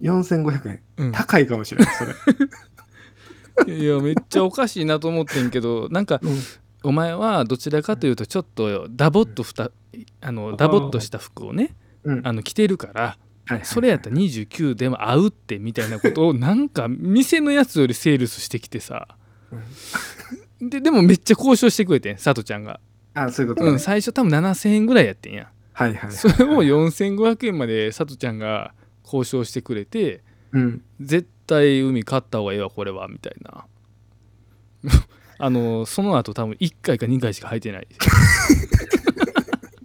S3: 4500円
S1: うん、
S3: 高いかもしれないそれ、
S1: いやめっちゃおかしいなと思ってんけどなんか
S3: うん
S1: お前はどちらかというとちょっとダボっとふたあのダボっとした服をね
S3: うん
S1: あの着てるから
S3: はいはい
S1: それやったら29でも合うってみたいなことをなんか店のやつよりセールスしてきてさででもめっちゃ交渉してくれてん佐都ちゃんが、
S3: あそういうことね、
S1: うん、最初多分7000円ぐらいやってんや
S3: はいはい
S1: それを4500円まで佐都ちゃんが交渉してくれて
S3: うん
S1: 絶対海買った方がええわこれはみたいな [LAUGHS] あのその後多分1回か2回しか履いてない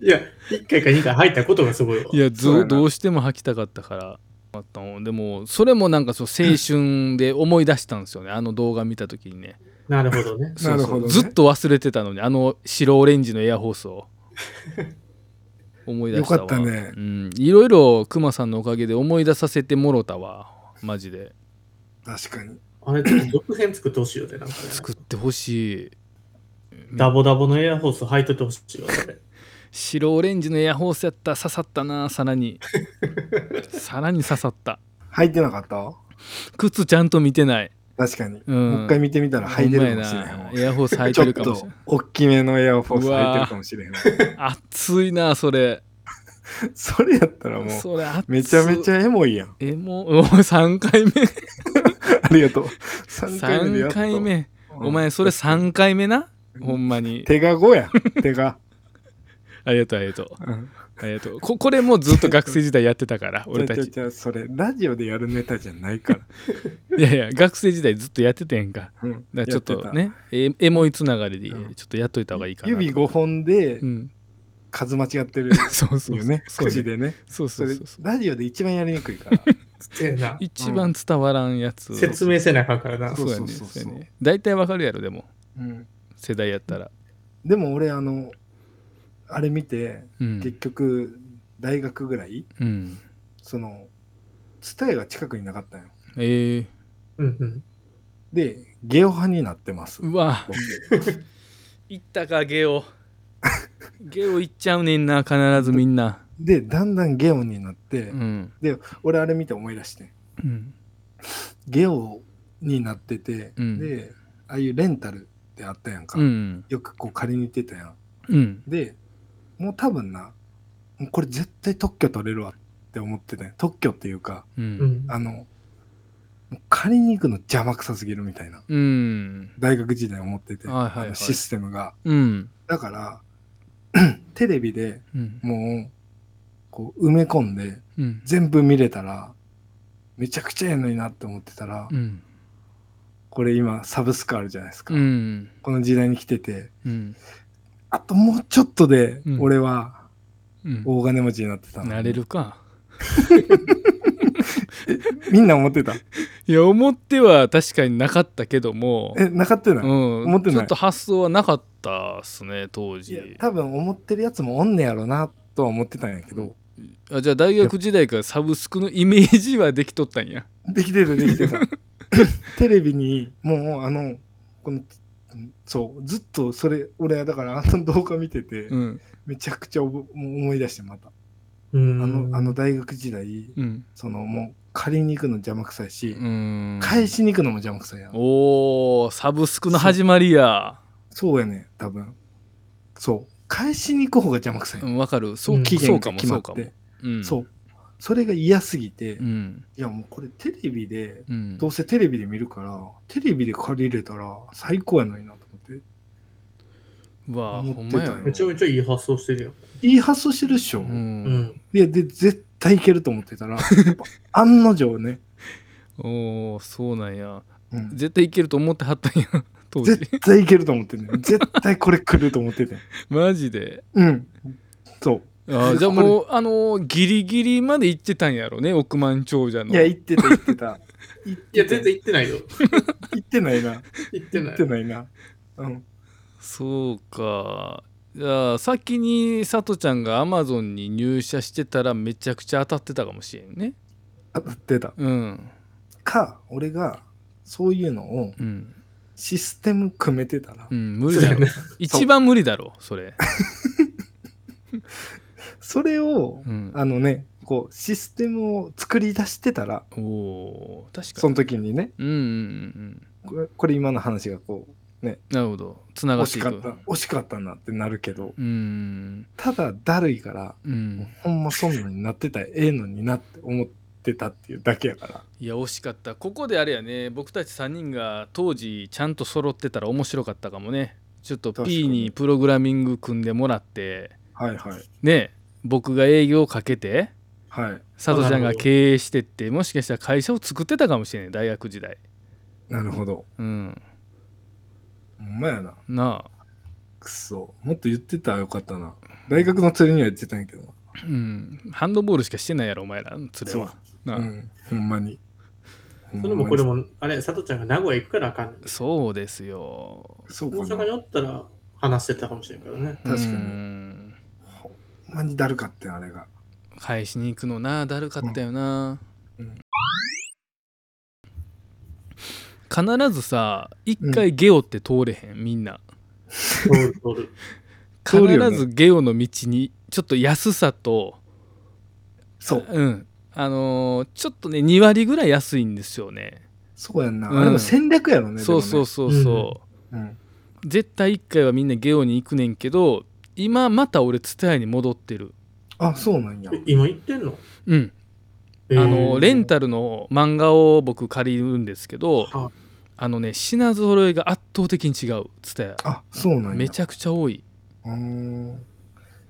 S2: いや、1回か2回入ったことがすごいわ。
S1: いや
S3: そう
S1: ど
S3: やな
S1: どうしても履きたかったからあったのでもそれもなんかそう青春で思い出したんですよねあの動画見た時にね
S2: なるほどね。
S1: そうそう
S3: なるほどね
S1: ずっと忘れてたのにあの白オレンジのエアホースを
S3: [LAUGHS]
S1: 思い出したわ
S3: よかったね
S1: うん、いろいろクマさんのおかげで思い出させてもろたわマジで
S3: 確かに
S2: あれ、ちょっと続編作ってほしいよね、なんかね。
S1: 作ってほしい
S2: ダボダボのエアホース履いててほしいよね。
S1: 白オレンジのエアホースやったら刺さったなさら
S3: [LAUGHS]
S1: にさらに刺さった
S3: 履いてなかった
S1: 靴ちゃんと見てない、
S3: 確かに、
S1: うん、
S3: もう一回見てみたら履いてるかもしれへ
S1: ほんま
S3: ん
S1: や
S3: わ
S1: なエアホース履い
S3: ちょ
S1: てる
S3: っ
S1: かもしれ
S3: と
S1: ない
S3: 大きめのエアフォース履いてるかもしれへんわ [LAUGHS]
S1: 熱いなそれ
S3: それやったらもう
S1: それ熱い
S3: めちゃめち
S1: ゃ
S3: ゃエモいやん
S1: えもう3回目
S3: ありがとう
S1: 3
S3: [LAUGHS] 3回目でや
S1: 回
S3: っと
S1: 目
S3: うん
S1: お前それ3回目なほんまに
S3: 手が5や
S1: [LAUGHS]
S3: 手が、
S1: ありがとうありがとう
S3: うん、
S1: ありがとうここれもうずっと学生時代やってた
S3: [LAUGHS]
S1: から俺た
S3: ちゃ
S1: ち
S3: ちゃそれラジオでやるネタじゃないから、
S1: いやいや学生時代ずっとやってたやんか
S3: うん
S1: だからちょっ
S3: やて
S1: と
S3: た
S1: ねえエモいつながりでちょ
S3: うん
S1: っとやっといた方がいいかな
S3: 指5本で
S1: うん
S3: 数間違っ
S1: [LAUGHS]
S3: てる
S1: そうそう
S3: よ
S1: そう
S3: ね
S1: そう
S3: くじでね
S1: そう
S3: そ
S1: そう
S3: れ
S1: そうそう
S3: ラジオで一番やりにくいから
S2: せやな。
S1: 一番伝わらんやつ
S2: 説明せなあかんからな。
S1: そうや
S3: そう
S1: ね
S3: そうそう
S1: そ
S3: そう
S1: うやね大体わかるやろでも
S3: うん
S1: 世代やったら
S3: でも俺あのあれ見て
S1: うん
S3: 結局大学ぐらい
S1: うん
S3: その蔦屋が近くになかったんよ
S1: ええ
S2: うんうん。
S3: でゲオ派になってます
S1: うわ行ったかゲオ [LAUGHS] ゲオ行っちゃうねんな必ずみんな
S3: でだんだんゲオになって、
S1: うん、
S3: 俺あれ見て思い出して
S1: うん、
S3: ゲオになってて、
S1: うん
S3: でああいうレンタルってあったやんか、
S1: うん
S3: よくこう借りに行ってたやん
S1: うん
S3: でもう多分なもうこれ絶対特許取れるわって思ってたんよ特許っていうか
S1: う
S2: うんん。
S3: あのもう借りに行くの邪魔くさすぎるみたいな
S1: うん
S3: 大学時代思ってて、
S1: はいはいはい
S3: あのシステムが
S1: うん
S3: だから [CLEARS THROAT] テレビで
S1: うん
S3: もうこう埋め込んで
S1: うん
S3: 全部見れたらめちゃくちゃええのになって思ってたら、
S1: うん
S3: これ今サブスクあるじゃないですか、
S1: うん
S3: この時代に来てて
S1: うん
S3: あともうちょっとで
S1: うん
S3: 俺は
S1: うん
S3: 大金持ちになってたのに
S1: なれるか
S3: みんな思ってた
S1: いや思っては確かになかったけども
S3: えなかったよな、
S1: うん
S3: 思ってない
S1: ちょっと発想はなかったっすね当
S3: いや
S1: 時
S3: 多分思ってるやつもおんねやろなとは思ってたんやけど
S1: あじゃあ大学時代からサブスクのイメージはできとったんや
S3: できてるで
S1: [LAUGHS]
S3: きてたテレビにもうあのこのそうずっとそれ俺はだからあの動画見てて、
S1: うん
S3: めちゃくちゃおぼもう思い出してまた
S2: うん
S3: あのあの、大学時代
S1: うん
S3: そのもう借りに行くの邪魔くさいし、
S1: うん
S3: 返しに行くのも邪魔くさいやん
S1: おおサブスクの始まりや
S3: そうやね多分そう返しに行く方が邪魔くさい、
S1: うんわかるそう,、
S2: うん
S3: 期
S1: そ
S3: 限
S1: うか
S3: が
S1: も
S3: 決
S1: そ
S3: ま
S1: う
S3: っ
S1: かも
S3: て、
S1: うん、
S3: そうそれが嫌すぎて、
S1: う
S3: い
S1: ん
S3: やもうこれテレビで
S1: うん
S3: どうせテレビで見るからテレビで借りれたら最高やのになと思って
S1: うわあ
S3: 思
S1: ほ
S3: って
S1: ん
S3: た
S1: ま
S3: よ
S1: や
S2: めちゃめちゃいい発想してるよ。
S3: いい発想してるっしょ。
S1: うん、
S2: うん。
S3: いや、で、絶対いけると思ってたら、 [LAUGHS] やっぱ案の定ね、
S1: おおそうなんや
S3: うん
S1: 絶対いけると思ってはったんや [LAUGHS] 当時
S3: 絶対いけると思ってね。絶対これ来ると思ってて。
S1: マジで
S3: うん。そ
S1: あーじゃあもうあのーギリギリまで行ってたんやろね億万長者
S3: う。
S1: の
S3: いや、言ってた、言って [LAUGHS] た。
S2: いや、全然行ってないよ。
S3: 言ってないな。
S2: 行ってない
S3: 言って。ないな。うん。
S1: そうかじゃあ先にさとちゃんがアマゾンに入社してたらめちゃくちゃ当たってたかもしれんね
S3: 当たってた。
S1: うん
S3: か、俺が、そういうのを
S1: うん、
S3: システム組めてたら
S1: う、ん、無理だろ一番無理だろそれ、
S3: それを
S1: う、ん、
S3: あのね、こう、システムを作り出してたら、
S1: おおー確か
S3: そ
S1: に
S3: の時にね、
S1: うんうんうん
S3: これこれ今の話がこう、
S1: うんなるほどつながっ
S3: 惜
S1: て
S3: し
S1: い
S3: か
S1: く
S3: った、惜しかったなってなるけど、
S1: うん
S3: ただだるいから、
S1: うん
S3: ほんまそんなになってたらええのになって思ってたっていうだけやから。
S1: いや惜しかったここであれやね僕たち3人が当時ちゃんと揃ってたら面白かったかもねちょっと
S3: 確かに
S1: P にプログラミング組んでもらって
S3: はいはい。
S1: ね僕が営業をかけて
S3: はい。
S1: 佐藤ちゃんが
S2: なるほど
S1: 経営してってもしかしたら会社を作ってたかもしれない大学時代
S3: なるほど。
S1: うん
S3: ほんまやな。
S1: なあ
S3: くそ。もっと言ってたらよかったな。大学の釣りには言ってたんやけどな。
S1: うんハンドボールしかしてないやろお前らそれはなあ
S3: うん。ほんまに。ほんまに
S2: それもこれ。も、あれ、佐藤ちゃんが名古屋行くからあかんねん。
S1: そうですよ
S3: そう
S2: 大
S3: か
S2: 阪
S3: な
S2: に。おったら話してたかもしれんからね。
S3: 確かに
S1: うん
S3: ほんまにだるかったよ、あれが。
S1: 返しに行くのなだるかったよな、
S3: うん
S1: 必ずさ一回ゲオって通れへん、みんな
S2: 通る通る。
S1: 必
S3: 通るよね
S1: ずゲオの道にちょっと安さと
S3: そう。
S1: んあのーちょっとね2割ぐらい安いんですよね
S3: そうやんな。
S1: うん
S3: あれも戦略やろね。
S1: そうそう
S3: そ。
S1: そうそう
S3: うん。
S1: う絶対一回はみんなゲオに行くねんけど今また俺蔦屋に戻ってる
S3: あ、そうなんや。
S2: え今行ってんの
S1: うん
S2: あ
S1: あのレン
S2: ル。
S1: タルの漫画を僕借りるんですけど
S2: は
S1: あのね品揃えが圧倒的に違うツタヤ
S3: あ、そうなんや。
S1: めちゃくちゃ多いう
S3: ーん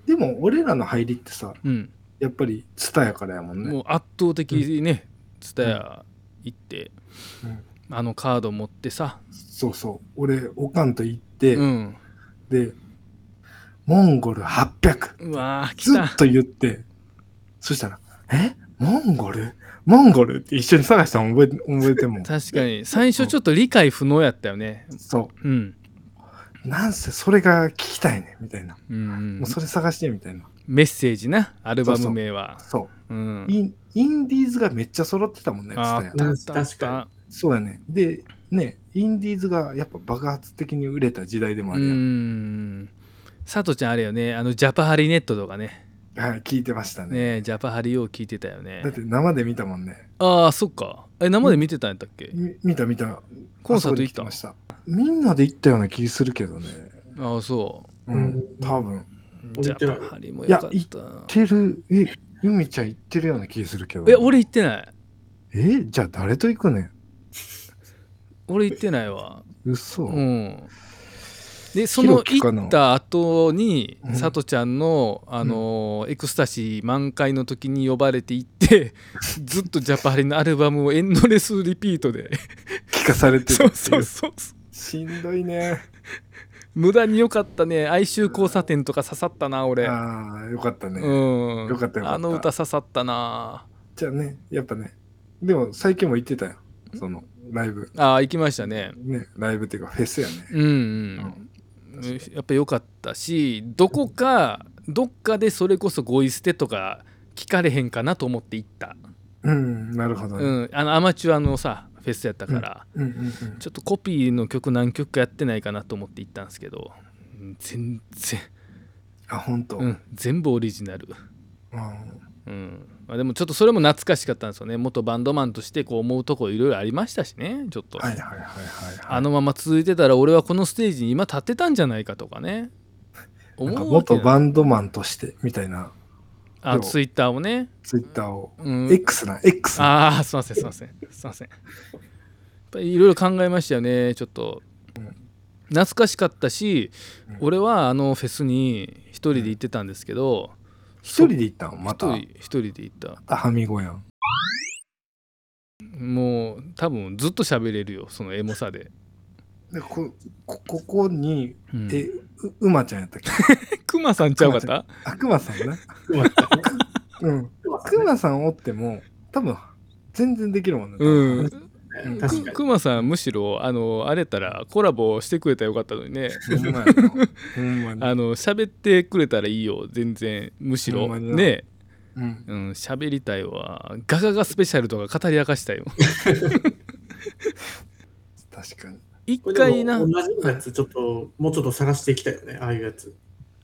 S3: でも俺らの入りってさ
S1: うん
S3: やっぱりツタヤからやもんね
S1: もう圧倒的にねツタヤ行って
S3: うん
S1: あのカード持ってさ
S3: そうそう俺おかんと行って、
S1: うん
S3: でモンゴル800
S1: うわー来
S3: ず
S1: た
S3: っと言ってそしたら「えモンゴルモンゴル?」って一緒に探したの覚えて覚えても
S1: [LAUGHS] 確かに最初ちょっと理解不能やったよね
S3: そ
S1: うん
S3: うなんせそれが聞きたいねみたいな、
S1: うんうん
S3: もうそれ探してみたいな
S1: メッセージなアルバム名は
S3: そううんインインディーズがめっちゃ揃ってたもんねツ
S1: あ
S3: タ
S1: ーあ
S3: ヤ
S1: ったあったあっ
S2: 確
S1: た
S2: か
S3: そうやねでねインディーズがやっぱ爆発的に売れた時代でもあ
S1: う
S3: るやん
S1: ん佐藤ちゃんあれよねあのジャパハリネットとかね
S3: はい、聞いてましたね。
S1: ねえジャパハリを聞いてたよね
S3: だって生で見たもんね。
S1: ああそっかえ生で見てたんやったっけ、
S3: み見た見た。
S1: コンサート
S3: あそこで
S1: 行っ
S3: 来て
S1: た
S3: ました。みんなで行ったような気するけどね。
S1: ああそ
S3: うん、多分。行っ
S1: う
S2: 行
S1: ジ
S2: ってない
S1: ャパハリもよかっ
S3: いや
S1: た
S3: てる、え、ゆみちゃん行ってるような気するけど。
S1: え俺行ってない
S3: え、じゃあ誰と行くねん。
S1: 俺行ってないわ
S3: 嘘。
S1: うんでその
S3: ヒロキかな
S1: 行った後に
S3: うん
S1: さとちゃんの、あのーエクスタシー満開の時に呼ばれて行って
S3: [LAUGHS]
S1: ずっとジャパハリのアルバムをエンドレスリピートで
S3: 聞かされてるって
S1: そ
S3: いう
S1: そう
S3: う。
S1: そうそう
S3: しんどいね。
S1: 無駄に良かったね哀愁交差点とか刺さったな俺
S3: ああ、よかったね。
S1: うん
S3: よかったよかった
S1: あの歌刺さったな
S3: じゃあね、やっぱね。でも最近も行ってたよ。その、ライブ。
S1: ああ行きましたね
S3: ね、ライブっていうかフェスやね。
S1: うん、
S3: う
S1: うんやっぱ良かったしどこかどっかでそれこそゴイ捨てとか聞かれへんかなと思って行った、
S3: うん、なるほど
S1: う
S3: ね。
S1: ん、あのアマチュアのさフェスやったから、
S3: うん、うん、うん。
S1: ちょっとコピーの曲何曲かやってないかなと思って行ったんですけどうん全然、
S3: あ、本当。
S1: うん、全部オリジナル、
S3: うん
S1: うんまあ、でもちょっとそれも懐かしかったんですよね元バンドマンとしてこう思うとこいろいろありましたしねちょっと、
S3: はいはいはいはい、はい。
S1: あのまま続いてたら俺はこのステージに今立ってたんじゃないかとかね
S3: なんか
S1: 思うわけ
S3: 元
S1: ない
S3: バンドマンとしてみたいな
S1: あツイッターをね、
S3: ツイッターを、
S1: うん、
S3: X な X
S1: あ
S3: な
S1: あすいませんすいませんすいませんやっぱりいろいろ考えましたよねちょっと懐かしかったし、
S3: うん
S1: 俺はあのフェスに一人で行ってたんですけど
S3: 一人で行ったのま
S1: 一
S3: た
S1: 人。一人で行っ
S3: あ、はみごやん。
S1: たもう多分ずっと喋れるよそのエモさで、
S3: でここここに、
S1: うん、
S3: え、う馬ちゃんやったっ
S1: [LAUGHS]
S3: け
S1: クマさんちゃうかった
S3: あ、熊さんね。
S2: 熊さんね
S3: うん。
S2: 熊さんね
S3: 熊さんおっても、多分、全然できるもんね。
S1: うん [LAUGHS]
S3: うん
S2: 確か
S1: くまさんむしろあのあれやったらコラボしてくれたらよかったのにね
S3: ほん
S1: [LAUGHS]
S3: まやな。ほんまに。
S1: あの喋ってくれたらいいよ全然むしろ
S3: ほんまにな
S1: ね
S3: うん。
S1: うん喋りたいわガガガスペシャルとか語り明かしたいよ
S3: 確かに。
S1: [LAUGHS] 一
S2: これ
S1: 回
S2: でも
S1: な
S2: 同じようなやつちょっともうちょっと探していきたいよねああいうやつ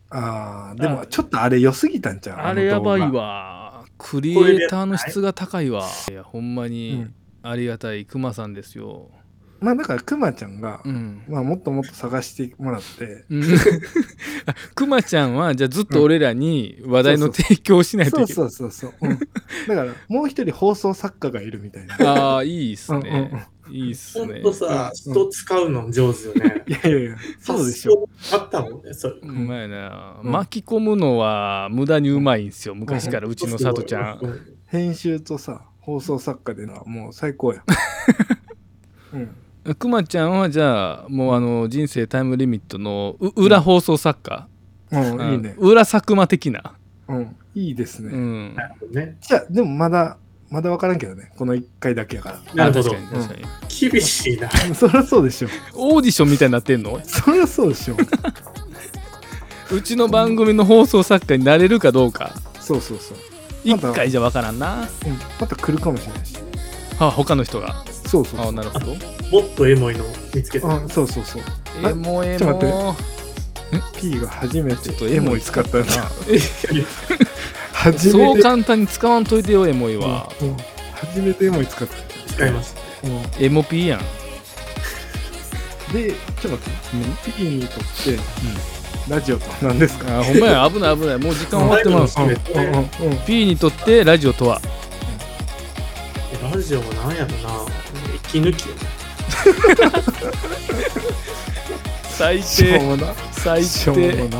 S3: ああ、でも
S1: あ
S3: ちょっとあれ良すぎたんちゃう
S1: あれやばい。わクリエイターの質が高いわいやほんま
S3: あの動画う
S1: に
S3: ん
S1: ありがたいクマさんですよ
S3: まあだから、熊ちゃんが
S1: う、ん
S3: まあもっともっと探してもらって、
S1: うん [LAUGHS] あクマちゃんはじゃあずっと俺らに話題の
S3: そうそ
S1: 提供をしないと
S3: そ
S1: いうけ
S3: そ
S1: ないう
S3: そうそう。うんだから、もう一人放送作家がいるみたいな。
S1: ああいいっす
S3: うんうんうん
S1: ねいいっす
S2: ほ
S1: ね
S2: んとさ
S3: うん
S2: 人使うの上手よね
S1: [LAUGHS]
S3: いやいやいや、そうでしょ。
S2: 発想あったもんねそれ
S1: うまいな、
S3: うん
S1: 巻き込むのは無駄にうまいんすよ昔からうちのさとちゃん、
S2: うん
S3: 編集とさ、放送作家でのはもう最
S1: [LAUGHS]
S3: 高や。うん。
S1: くまちゃんはじゃあもうあの人生タイムリミットのう裏放送作家、
S3: う、
S1: うんん
S3: いいね。
S1: 裏佐久間的な、
S3: うん。いいです
S1: う
S3: ね。
S1: ん、
S2: なるほどね
S3: じゃあ、でもまだ、まだ分からんけどね。この1回だけやか
S2: なるほど
S1: あ確かに確かに、
S2: 厳しいな
S3: ら。 [LAUGHS] そりゃそうでしょ。
S1: オーディションみたいになってんの
S3: そりゃそうでしょ。
S1: うちの番組の放送作家になれるかどうか
S3: そうそうそう。ま
S1: 一
S3: だ
S1: 回じゃわからんな
S3: うん、また来るかもしれないし。
S1: あ他の人が
S3: そうそうそ
S1: あ
S3: う。
S1: なるほど
S2: もっとエモいの見つけた
S3: うん、そうそうそう。あ
S1: えもうえ
S3: ちょっと待って
S1: も
S3: P が初めて
S1: ちょっと
S3: エ
S1: エ
S3: モ
S1: モ
S3: い
S1: い
S3: 使ったよな。
S1: [LAUGHS] え
S3: 初
S1: そ
S3: め
S1: う
S3: て。
S1: 簡単に使わんといてよエモいは、
S3: うんうん初めてエモい使った。
S2: 使いました
S3: うん
S1: エモピーやん
S3: で、ちょっと待って、P にとって、ラジオとは何ですか
S1: あほんま
S3: [LAUGHS]
S1: や危ない危ないもう時間終わってます
S2: うん
S3: うんうんうん。
S1: P にとってラジオとは
S2: えラジオは何やろな息抜きよね
S1: 最
S3: しょう
S1: 低
S3: もな。
S1: 最
S3: しょうもな。な
S1: 低
S3: んか、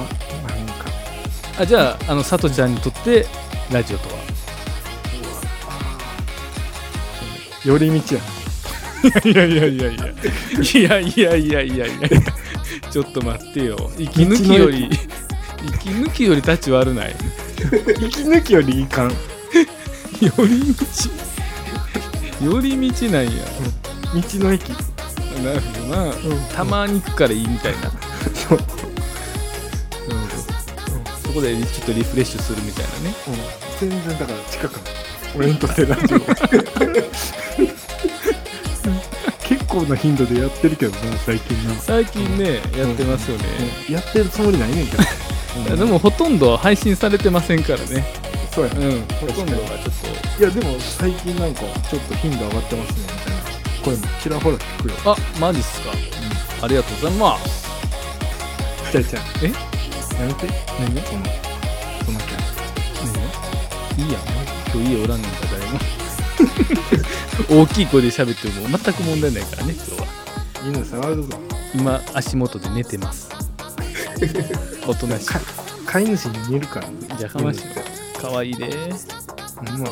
S1: あじゃああのさとちゃんにとってラジオとは
S3: 寄り道やね。
S1: いやいやいやいやいやいやいやいやいやちょっと待ってよ息抜きより息抜きより立ち悪ないよ
S3: 息抜きよりいかん。
S1: り道より道なんや
S3: 道の駅。うん。
S1: なるほどなたまに行くからいいみたいな
S3: そう。うん。
S1: そこでちょっとリフレッシュするみたいなね
S3: 全然だから近くない俺にとってラ [LAUGHS] ジオ結構な頻度でやってるけどな最近な、
S1: 最近ねやってますよね、
S3: やってるつもりないねんけ [LAUGHS] ど、
S1: いやでもほとんど配信されてませんからね
S3: そうやね
S1: うん
S3: ほ
S1: ほ
S3: と
S1: と
S3: ん
S1: ん
S3: ど
S1: ど
S3: は
S1: はちょっ
S3: いやでも最近なんかちょっと頻度上がってますねみたいな声もちらほら聞くよ
S1: とあマジっすか、ありがとうございます
S3: ちゃいちゃい
S1: え
S3: やめて
S1: 何
S3: このこのキャラ
S1: いいやん今日家おらんねんから誰も大きい声で喋っても全く問題ないからね今日は
S3: 犬触るぞ
S1: 今足元で寝てますおとなし
S3: か飼い主に似るからね
S1: いやかましいわ可愛いで
S3: うんまあ